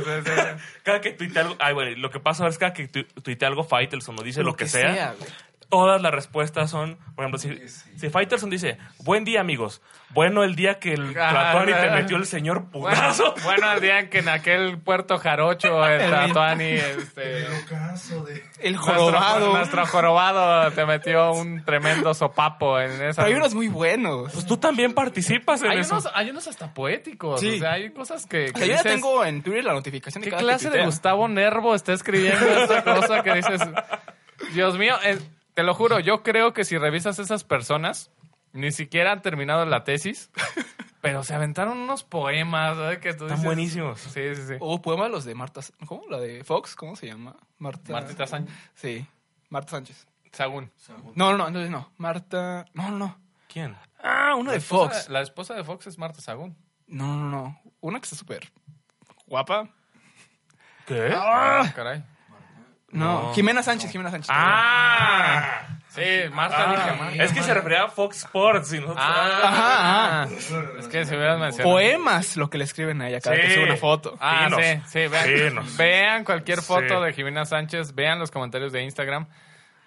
S1: Cada que tuite algo. Ay, güey, lo que pasa es que cada que tu- tuite algo Faitelson o dice lo, que, sea,
S2: güey.
S1: todas las respuestas son. Por ejemplo, si, si Faitelson dice, buen día, amigos. Bueno, el día que el
S4: Ah,
S1: Tlatuani te
S4: ah,
S1: metió el señor
S4: Bueno,
S1: putazo.
S4: bueno, al día en que en aquel puerto jarocho, el Tatuani, este.
S3: El ocaso de...
S2: El
S4: Nuestro,
S2: jorobado.
S4: nuestro jorobado te metió un tremendo sopapo en esa.
S2: Pero hay unos muy buenos.
S1: Pues tú también participas en
S4: hay,
S1: eso.
S4: unos, hay unos hasta poéticos.
S2: Sí.
S4: O sea, hay cosas que.
S2: O
S4: que
S2: sea, yo ya
S4: dices,
S2: tengo en Twitter la notificación de
S4: ¿Qué
S2: cada que
S4: clase de
S2: tuitea.
S4: Gustavo Nervo está escribiendo esa cosa que dices? Dios mío, eh, te lo juro, yo creo que si revisas esas personas, ni siquiera han terminado la tesis, pero se aventaron unos poemas, ¿sabes? Que tú
S1: Están
S4: dices-
S1: buenísimos.
S4: Sí, sí, sí.
S2: O poema los de Marta... ¿Cómo? La de Fox, ¿cómo se llama? Marta...
S4: Martita Sánchez.
S2: Sí, Marta Sánchez.
S4: Sagún.
S2: No, no, no, entonces no. Marta... No, no, no.
S1: ¿Quién?
S2: Ah, uno de Fox.
S4: La esposa de Fox es Marta Sagún.
S2: No, no, no. Una que está súper guapa.
S1: ¿Qué?
S4: Ah, caray.
S2: No, Jimena Sánchez, Jimena Sánchez.
S1: Ah,
S4: Sí, Marta dije Marta.
S1: es que se Ah. refería a Fox Sports y no.
S4: Ah,
S2: Ajá, ajá.
S4: Es que si hubieras mencionado.
S1: Pues,
S2: Poemas lo que le escriben a ella cada que
S1: Sí.
S2: sube una foto.
S4: Ah,
S1: Finos.
S4: sí, sí, vean,
S1: Finos.
S4: vean cualquier foto
S1: Sí.
S4: de Jimena Sánchez, vean los comentarios de Instagram.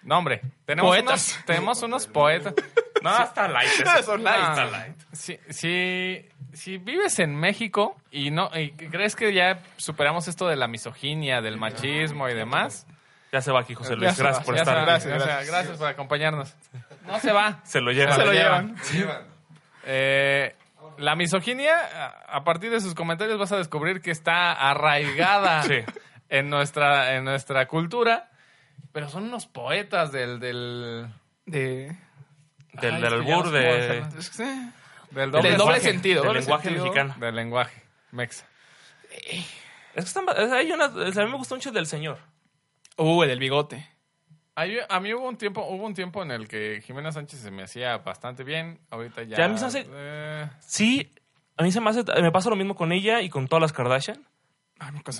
S4: No, hombre, tenemos
S2: Poetas.
S4: unos, tenemos unos poetas.
S1: No, hasta light. ese.
S2: Son light.
S1: Está light.
S4: Si, si, si vives en México y no y crees que ya superamos esto de la misoginia, del machismo y demás,
S1: Ya se va aquí, José
S4: ya
S1: Luis.
S4: se
S1: Gracias
S4: va,
S1: por
S4: ya
S1: estar.
S4: se va,
S1: aquí.
S4: Gracias, gracias, gracias por acompañarnos. No se va.
S1: Se lo lleva.
S4: Se lo lleva.
S3: Llevan.
S4: Eh, la misoginia, a a partir de sus comentarios vas a descubrir que está arraigada
S1: Sí.
S4: en, nuestra, en nuestra cultura, pero son unos poetas del, del,
S1: Del,
S2: De...
S4: Ay,
S1: del
S4: es que ya
S1: albur
S4: no
S1: de,
S4: sé cómo hacerlo.
S2: es que sí.
S4: del
S2: Del
S4: doble,
S2: doble
S4: lenguaje,
S2: sentido.
S1: del
S2: doble
S1: lenguaje
S2: sentido.
S1: mexicano.
S4: Del lenguaje, mexa.
S1: Es que están, es- hay una, es- a mí me gustó mucho el del señor.
S2: Uh, el del bigote.
S4: Hay- a mí hubo un tiempo hubo un tiempo en el que Jimena Sánchez se me hacía bastante bien. Ahorita ya.
S1: Ya a mí se hace-
S4: eh,
S1: Sí, a mí se me hace, me pasa lo mismo con ella y con todas las Kardashian.
S2: Ay, me
S4: a mí nunca me-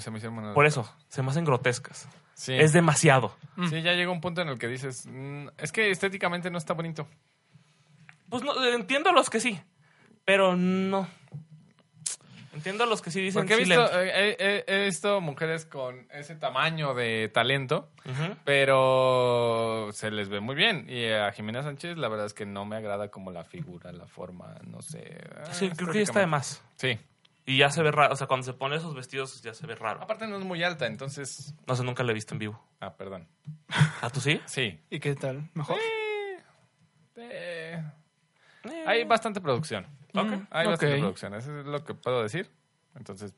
S4: se me hicieron nada.
S1: Por eso, se me hacen grotescas.
S4: Sí.
S1: Es demasiado.
S4: Sí, ya llega un punto en el que dices, mm, es que estéticamente no está bonito.
S1: Pues no, entiendo a los que sí, pero no. Entiendo a los que sí dicen
S4: Porque
S1: sí
S4: he
S1: le
S4: visto,
S1: entro.
S4: eh, eh, he visto mujeres con ese tamaño de talento,
S1: Ujú.
S4: pero se les ve muy bien. Y a Jimena Sánchez, la verdad es que no me agrada como la figura, la forma, no sé.
S1: Ah, Sí, creo que ya está de más.
S4: Sí.
S1: Y ya se ve raro. O sea, cuando se pone esos vestidos ya se ve raro.
S4: Aparte no es muy alta, entonces...
S1: No sé, nunca la he visto en vivo.
S4: Ah, perdón.
S1: ¿A tú sí?
S4: Sí.
S2: ¿Y qué tal? ¿Mejor?
S4: Eh, hay bastante producción.
S1: Mm, Ok.
S4: Hay bastante
S2: Ok.
S4: producción, eso es lo que puedo decir. Entonces,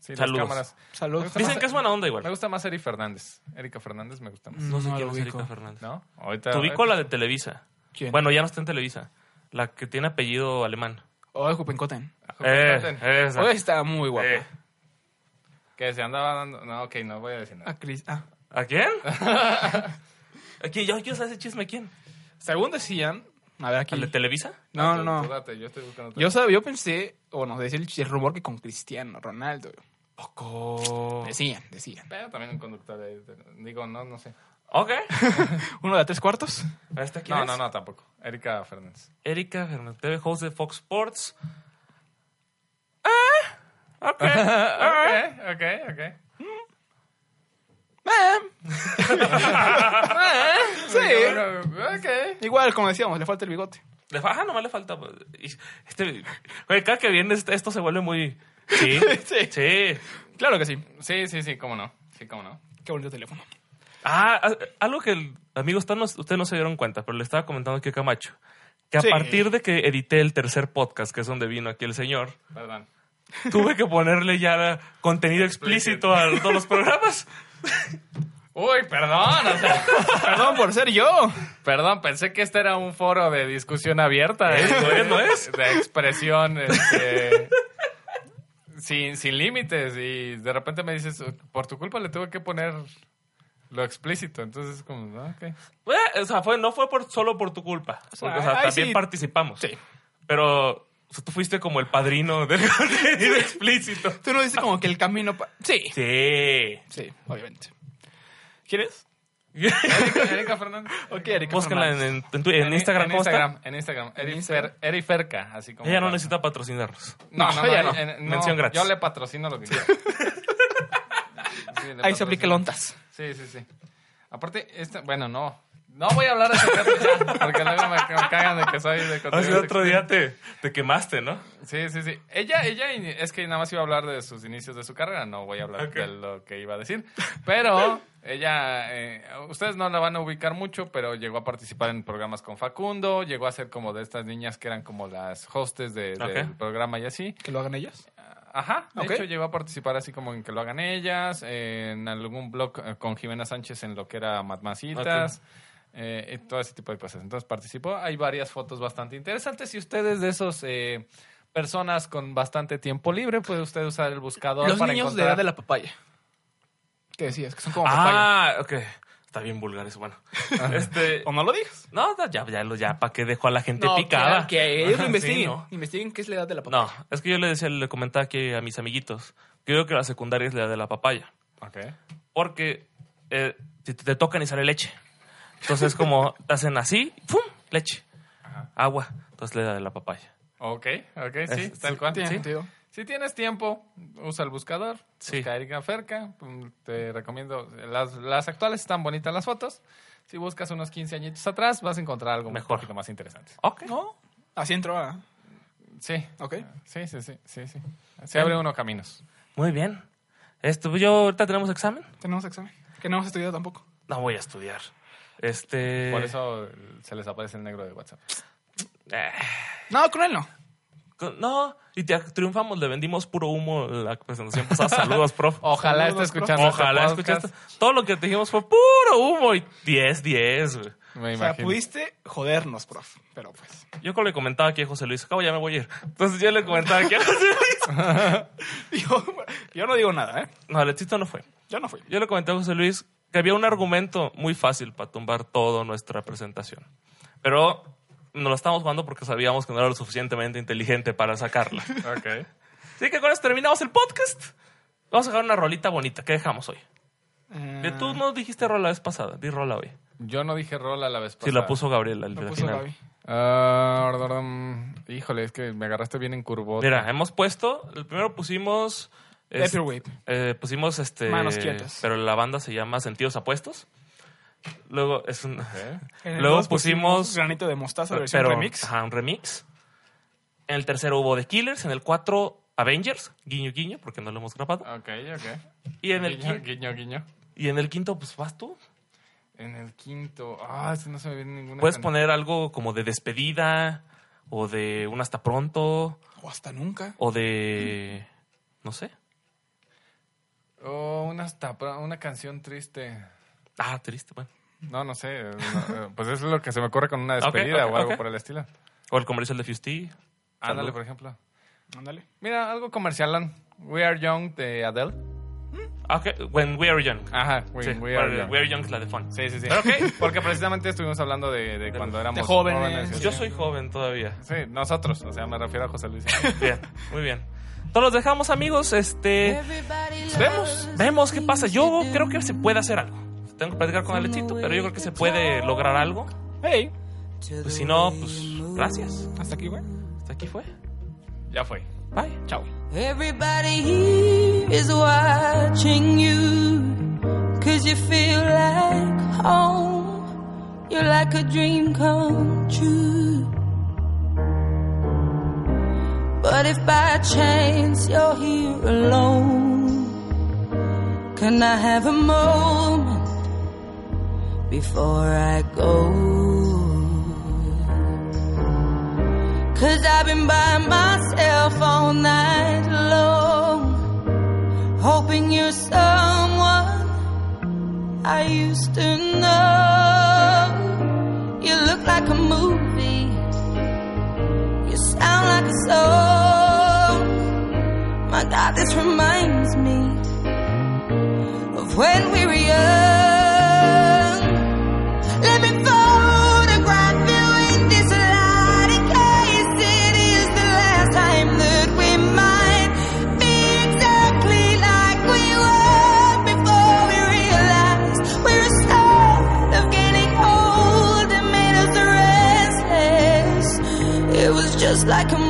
S4: sí,
S1: Saludos.
S4: las cámaras...
S2: Salud.
S1: Dicen que es buena onda igual.
S4: Me gusta más Eri Fernández. Erika Fernández me gusta más.
S1: No sé
S2: No,
S1: quién
S2: lo
S1: es Erika
S2: ubico.
S1: Fernández.
S4: ¿No? Ahorita... eh,
S1: Te ubico la de Televisa.
S2: ¿Quién?
S1: Bueno, ya no está en Televisa. La que tiene apellido alemán.
S2: Oye, Jupencoten.
S1: Eh, esa.
S2: Oye, está muy guapa.
S1: Eh.
S4: Que se andaba dando. No, ok, no voy a decir
S2: A
S4: nada.
S2: Cris. Ah.
S1: ¿A quién? ¿A quién? Yo quiero saber ese chisme. ¿A quién?
S2: Según decían... A ver aquí.
S1: ¿Al de Televisa?
S2: No, no,
S4: Ah, Tú
S2: no.
S4: date, yo estoy buscando. otra.
S2: Yo, sab- yo pensé, o nos decía el, ch- el rumor que con Cristiano Ronaldo.
S1: Poco.
S2: Decían, decían.
S4: Pero también un conductor. ahí, te- Digo, no, no sé.
S1: Ok.
S2: ¿Uno de a tres cuartos?
S1: ¿Esta quién
S4: No,
S1: es?
S4: no, no, tampoco. Erika Fernández.
S1: Erika Fernández, TV host de Fox Sports. Ah, ok.
S4: ok, ok, ok.
S2: Sí.
S4: Bueno, ok.
S2: Igual, como decíamos, le falta el bigote.
S1: Le fa- ah, nomás le falta. pues, y- Este, güey, cada que viene este- esto se vuelve muy. Sí.
S2: Sí.
S1: sí.
S2: Claro que sí.
S4: Sí, sí, sí, cómo no. Sí, cómo no.
S2: Qué bonito teléfono.
S1: Ah, a- algo que, el- amigos, tal no- ustedes no se dieron cuenta, pero le estaba comentando aquí a Camacho. Que a
S2: Sí.
S1: partir de que edité el tercer podcast, que es donde vino aquí el señor,
S4: Perdón.
S1: tuve que ponerle ya contenido explícito a todos los programas.
S4: Uy, perdón. o sea,
S2: Perdón por ser yo.
S4: perdón, pensé que este era un foro de discusión abierta.
S1: Eh,
S4: ¿eh?
S1: no es, no es.
S4: De expresión. Este, sin, sin límites y de repente me dices, por tu culpa le tuve que poner lo explícito. Entonces es como, ah, ok.
S1: Eh, o sea, fue, no fue por, solo por tu culpa. Porque, o sea,
S4: ahí
S1: también
S4: sí.
S1: participamos. Sí. Pero o sea, tú fuiste como el padrino del contenido explícito.
S2: Tú no dices como que el camino... pa- Sí.
S1: Sí.
S2: Sí, obviamente. ¿Quieres?
S4: Erika, Erika Fernández.
S2: Ok, Erika
S1: Búscala en,
S2: Fernández.
S1: en- en tu- en Instagram.
S4: En
S1: ¿cómo está?
S4: Instagram, en Instagram. Eri Fer- Eri Ferca, así como.
S1: Ella no necesita patrocinarnos.
S4: No, no, no,
S2: Ella no.
S4: en-
S1: Mención gratis.
S4: Yo le patrocino lo que quiera. Sí, le
S2: Ahí se
S4: patrocino.
S2: aplica el ontas.
S4: Sí, sí, sí. Aparte, esta, bueno, no. No voy a hablar de secretos ya, porque luego me, me cagan de que soy de
S1: Hace
S4: contenido
S1: Ah, otro día te, te quemaste, ¿no?
S4: Sí, sí, sí. Ella, ella, in- es que nada más iba a hablar de sus inicios de su carrera, no voy a hablar
S1: Ok.
S4: de lo que iba a decir. Pero ella, eh, ustedes no la van a ubicar mucho, pero llegó a participar en programas con Facundo, llegó a ser como de estas niñas que eran como las hostes de-
S1: Ok.
S4: del programa y así.
S2: Que lo hagan ellas.
S4: Ajá, de
S2: Ok.
S4: hecho llegó a participar así como en que lo hagan ellas, eh, en algún blog eh, con Jimena Sánchez en lo que era Matmacitas,
S2: Ah,
S4: eh, y todo ese tipo de cosas. Entonces participó, hay varias fotos bastante interesantes y ustedes de esos... eh, Personas con bastante tiempo libre, puede usted usar el buscador
S2: Los
S4: para
S2: niños
S4: encontrar...
S2: de edad de la papaya. ¿Qué decías? Que son como
S1: Ah,
S2: papaya.
S1: ok. Está bien vulgar eso, bueno. este,
S2: ¿O no lo digas?
S1: no, no, ya, ya, lo- ya, ¿para qué dejo a la gente
S2: No,
S1: picada?
S2: Que, que ellos lo
S1: Sí,
S2: investiguen.
S1: ¿no?
S2: Investiguen qué es la edad de la papaya.
S1: No, es que yo le decía, le comentaba aquí a mis amiguitos, que yo creo que la secundaria es la de la papaya.
S4: Ok.
S1: Porque eh, si te, te tocan y sale leche. Entonces, como te hacen así, ¡pum! Leche. Agua. Entonces le da de la papaya.
S4: Ok, ok, sí,
S1: Es-
S4: tal cual.
S2: Tiene
S4: sí.
S2: sentido.
S4: Si tienes tiempo, usa el buscador.
S1: Sí.
S4: Busca Erika Ferca. mm, Te recomiendo. Las, las actuales están bonitas las fotos. Si buscas unos 15 añitos atrás, vas a encontrar algo
S1: Mejor.
S4: un poquito más interesante.
S1: Ok.
S2: No. Así entró ah.
S4: Sí.
S2: Ok.
S4: Sí, sí, sí, sí, sí. Se abre uno caminos.
S1: Muy bien. Esto, yo ahorita tenemos examen.
S2: Tenemos examen. Que no hemos estudiado tampoco.
S1: No voy a estudiar. Este.
S4: Por eso eh, se les aparece el negro de WhatsApp.
S1: Eh,
S2: No, con él no.
S1: con- no, y te triunfamos, le vendimos puro humo la presentación pasada. Saludos, prof.
S4: Ojalá esté
S2: Saludos,
S4: escuchando. este
S1: Ojalá
S4: podcast.
S1: escuchaste. Todo lo que te dijimos fue puro humo y 10, 10. güey.
S4: Me
S2: O sea,
S4: imagino.
S2: pudiste jodernos, prof. Pero pues.
S1: Yo como le comentaba aquí a José Luis, acabo ya me voy a ir. Entonces yo le comentaba aquí a José Luis.
S2: Yo, yo no digo nada, ¿eh?
S1: No, el chiste no fue.
S2: Yo no fui.
S1: Yo le comenté a José Luis que había un argumento muy fácil para tumbar toda nuestra presentación. Pero nos lo estábamos jugando porque sabíamos que no era lo suficientemente inteligente para sacarla.
S4: Ok.
S1: Así que con eso terminamos el podcast. Vamos a dejar una rolita bonita. ¿Qué dejamos hoy?
S2: Eh,
S1: Que
S2: Ah.
S1: tú no dijiste rola la vez pasada. Di rola hoy.
S4: Yo no dije rola la vez
S1: Sí,
S4: pasada.
S1: la puso Gabriela. al
S2: Lo
S1: al
S2: puso
S1: final.
S2: Gaby.
S4: Ah, ordordom. híjole, es que me agarraste bien en curvo.
S1: Mira, hemos puesto... El primero pusimos... es-
S2: Vaporwave.
S1: eh, pusimos este...
S2: Manos quietas.
S1: Pero la banda se llama Sentidos Apuestos. Luego es un... Luego pusimos-
S2: Granito de mostaza versión remix.
S1: Ajá, un remix. En el tercero hubo The Killers. En el cuatro, Avengers. Guiño, guiño, porque no lo hemos grabado.
S4: Ok, ok.
S1: Y en el,
S4: guiño,
S1: quin-
S4: guiño, guiño.
S1: y en el quinto, pues vas tú.
S4: En el quinto. Ah, ese no se me viene ninguna.
S1: Puedes
S4: can-
S1: poner algo como de despedida o de un hasta pronto
S2: O hasta nunca.
S1: o de... No sé.
S4: Oh, una, hasta pro- una canción triste.
S1: Ah, triste, bueno.
S4: No, no sé. eh, no, eh, pues eso es lo que se me ocurre con una despedida
S1: ok,
S4: o algo
S1: ok.
S4: por el estilo.
S1: O el comercial de Fusty.
S4: Ándale,
S1: Salud.
S4: por ejemplo.
S2: Ándale.
S4: Mira, algo comercial. We Are Young de Adele.
S1: Ah, ok. When We Are Young.
S4: Ajá, We,
S1: Sí,
S4: Ah, We Are
S1: para-
S4: Young.
S1: We Are Young es la de Fun.
S4: Sí, sí, sí. Porque precisamente estuvimos hablando de, de cuando éramos
S2: jóvenes.
S1: Pues
S4: sí.
S1: yo soy joven todavía.
S4: Sí, nosotros. O sea, me refiero a José Luis.
S1: Bien, muy bien. Todos los dejamos, amigos. Este... Vemos, vemos qué pasa. Yo creo que se puede hacer algo. Tengo que platicar con Alecito, pero yo creo que se puede lograr algo.
S2: Hey.
S1: Pues si no, pues gracias.
S2: Hasta aquí, güey.
S1: Hasta aquí fue.
S4: ya fue.
S1: Bye.
S2: Chao.
S6: Everybody here is watching you. Cause you feel like home. You're like a dream come true. But if by chance you're here alone, can I have a moment before I go? Cause I've been by myself all night long, hoping you're someone I used to know. You look like a movie, you sound like a song. My Now this reminds me of when we were young. Let me photograph you in this light in case it is the last time that we might be exactly like we were before we realized we're tired of getting old and made us restless. It was just like a movie.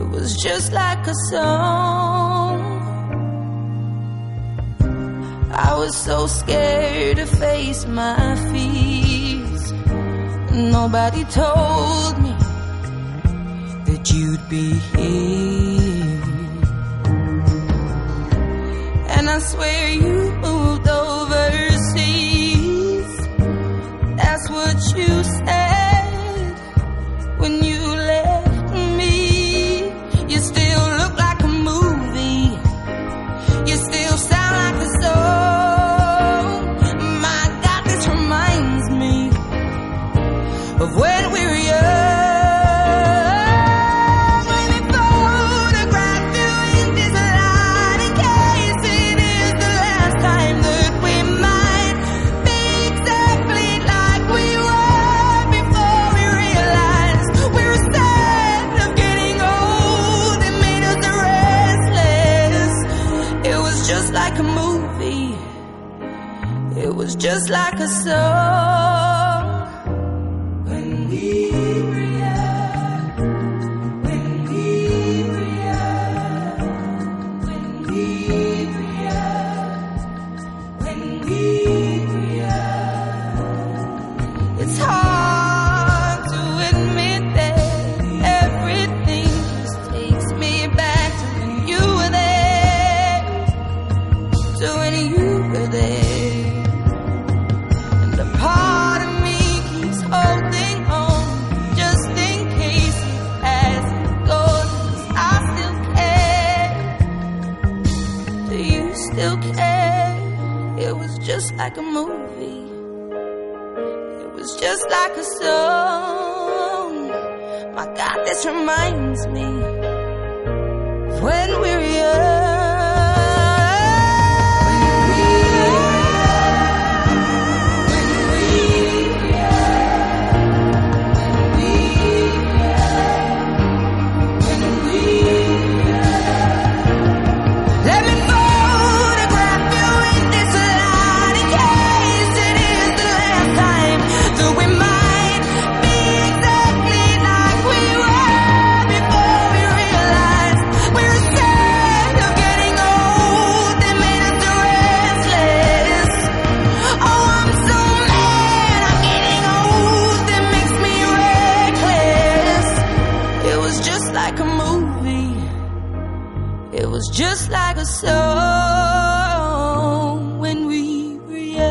S6: It was just like a song. I was so scared to face my fears. Nobody told me that you'd be here. And I swear you moved overseas. That's what you said when you left me. You still look like a movie. You still sound like the song. My God, this reminds me of when we were young. Let me photograph you in this light in case it is the last time that we might be exactly like we were before we realized we were sad of getting old and made us restless. It was just like a movie. It was just like a song. When we were young, when we were young, when we were young, when we were young. It's hard to admit that everything just takes me back to when you were there to when you were there. And a part of me keeps holding on just in case as it goes. 'cause I still care. Do you still care? It was just like a movie. It was just like a song. My God, this reminds me when we were Let me photograph you in this light in case it is the last time that we might be exactly like we were before we realized we're scared of getting old and made us restless. Oh, I'm so mad I'm getting old that makes me reckless. It was just like a movie. It was just like a song when we were young.